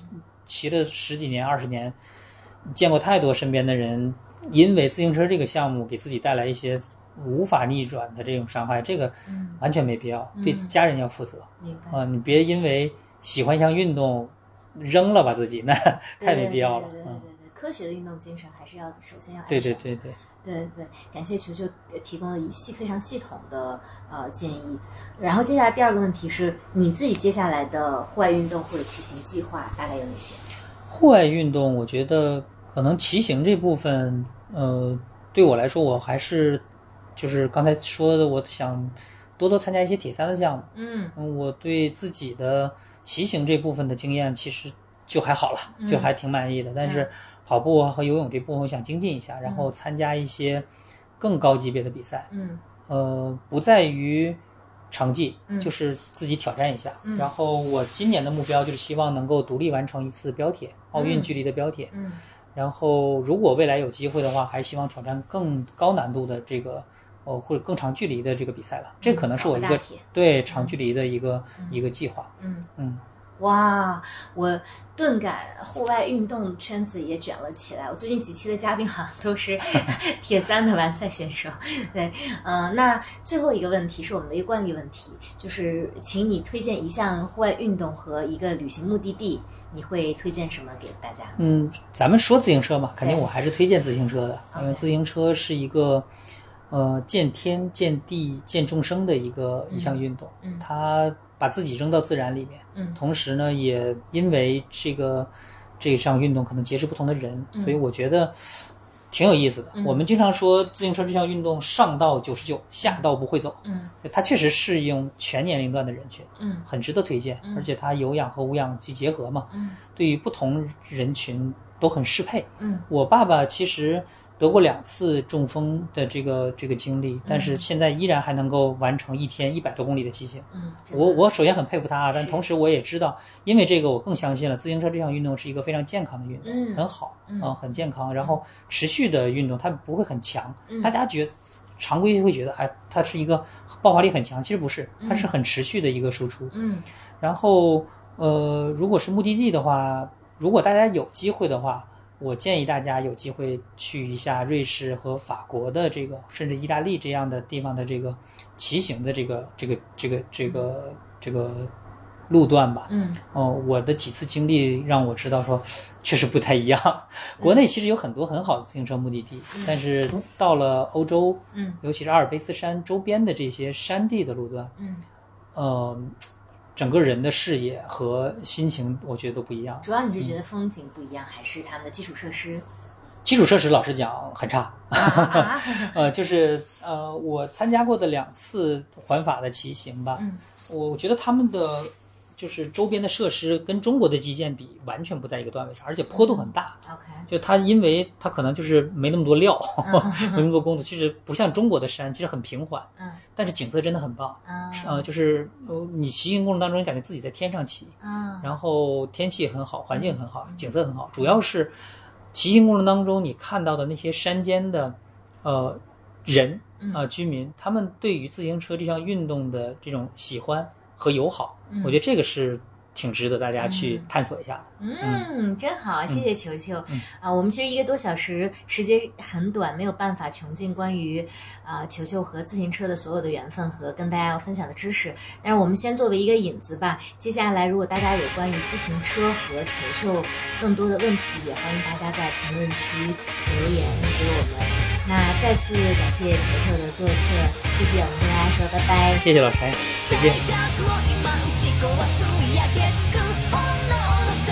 B: 骑了十几年、二十年，见过太多身边的人因为自行车这个项目给自己带来一些无法逆转的这种伤害，这个
A: 嗯
B: 完全没必要，对
A: 嗯
B: 家人要负责
A: 明白
B: 啊、你别因为喜欢一项运动扔了吧自己，那太没必要了
A: 对。对对对
B: 嗯，
A: 对对，科学的运动精神还是要首先要爱
B: 对对
A: 上
B: 对对，
A: 对对对，感谢球球提供了一系非常系统的呃建议。然后接下来第二个问题是，你自己接下来的户外运动或者骑行计划大概有哪些？
B: 户外运动，我觉得可能骑行这部分，呃，对我来说，我还是就是刚才说的，我想多多参加一些铁三的项目。
A: 嗯
B: 嗯，我对自己的骑行这部分的经验其实就还好了，
A: 嗯
B: 就还挺满意的。但是跑步啊和游泳这部分，我想精进一下，然后参加一些更高级别的比赛。
A: 嗯
B: 呃，不在于成绩，
A: 嗯
B: 就是自己挑战一下。
A: 嗯
B: 然后我今年的目标就是希望能够独立完成一次标铁，奥运距离的标铁。
A: 嗯
B: 然后如果未来有机会的话，还希望挑战更高难度的这个。哦，或者更长距离的这个比赛吧，这可能是我
A: 嗯
B: 一
A: 搞
B: 个
A: 个大铁
B: 对长距离的一个、一个计划。
A: 嗯，
B: 嗯，
A: 哇，我顿感户外运动圈子也卷了起来。我最近几期的嘉宾好像都是铁三的完赛选手。对，嗯、那最后一个问题是我们的一个惯例问题，就是请你推荐一项户外运动和一个旅行目的地，你会推荐什么给大家？
B: 嗯，咱们说自行车嘛，肯定
A: 对
B: 我还是推荐自行车的，
A: OK
B: 因为自行车是一个，呃，见天、见地、见众生的一个、一项运动。
A: 嗯
B: 它把自己扔到自然里面，
A: 嗯
B: 同时呢，也因为这个这项运动可能结识不同的人，
A: 嗯
B: 所以我觉得挺有意思的。
A: 嗯
B: 我们经常说自行车这项运动上到九十九，下到不会走，
A: 嗯
B: 它确实适应全年龄段的人群，
A: 嗯
B: 很值得推荐。
A: 嗯
B: 而且它有氧和无氧去结合嘛，
A: 嗯
B: 对于不同人群都很适配。
A: 嗯
B: 我爸爸其实得过两次中风的这个这个经历，但
A: 嗯
B: 是现在依然还能够完成一天一百多公里的骑行。
A: 嗯，真的
B: 我我首先很佩服他啊，但
A: 是
B: 同时我也知道，因为这个我更相信了自行车这项运动是一个非常健康的运动，
A: 嗯
B: 很好，
A: 嗯
B: 呃很健康，然后持续的运动，它不会很强，
A: 嗯
B: 大家觉常规会觉得哎，它是一个爆发力很强，其实不是，它是很持续的一个输出。
A: 嗯
B: 然后呃，如果是目的地的话，如果大家有机会的话，我建议大家有机会去一下瑞士和法国的这个，甚至意大利这样的地方的这个骑行的这个这个这个这个这个路段吧。
A: 嗯
B: 哦、我的几次经历让我知道说，确实不太一样。国内其实有很多很好的自行车目的地，但是到了欧洲，
A: 嗯
B: 尤其是阿尔卑斯山周边的这些山地的路段，
A: 嗯，
B: 呃，整个人的视野和心情，我觉得都不一样。
A: 主要你是觉得风景不一样，还是他们的基础设施？
B: 基础设施老实讲很差，
A: 啊啊
B: *laughs* 呃，就是呃，我参加过的两次环法的骑行吧，
A: 嗯
B: 我觉得他们的。就是周边的设施跟中国的基建比完全不在一个段位上，而且坡度很大。
A: OK，
B: 就它因为它可能就是没那么多
A: *laughs*
B: 料，没那么多工作，其实不像中国的山，其实很平缓，
A: 嗯
B: 但是景色真的很棒。
A: 嗯
B: 呃，就是呃，你骑行过程当中，你感觉自己在天上骑，
A: 嗯
B: 然后天气也很好，环境很好，景色很好，主要是骑行过程当中你看到的那些山间的呃人
A: 嗯
B: 啊、呃居民，他们对于自行车这项运动的这种喜欢和友好，
A: 嗯
B: 我觉得这个是挺值得大家去探索一下的。
A: 嗯，真好，谢谢球球、
B: 嗯
A: 啊！我们其实一个多小时时间很短，没有办法穷尽关于啊、球球和自行车的所有的缘分和跟大家要分享的知识。但是我们先作为一个引子吧，接下来如果大家有关于自行车和球球更多的问题，也欢迎大家在评论区留言给我们。那再次感谢球球的做客，谢谢，我们跟大家说拜拜。
B: 谢谢老柴，再见。
C: 最弱を今打ち壊す焼けつく炎の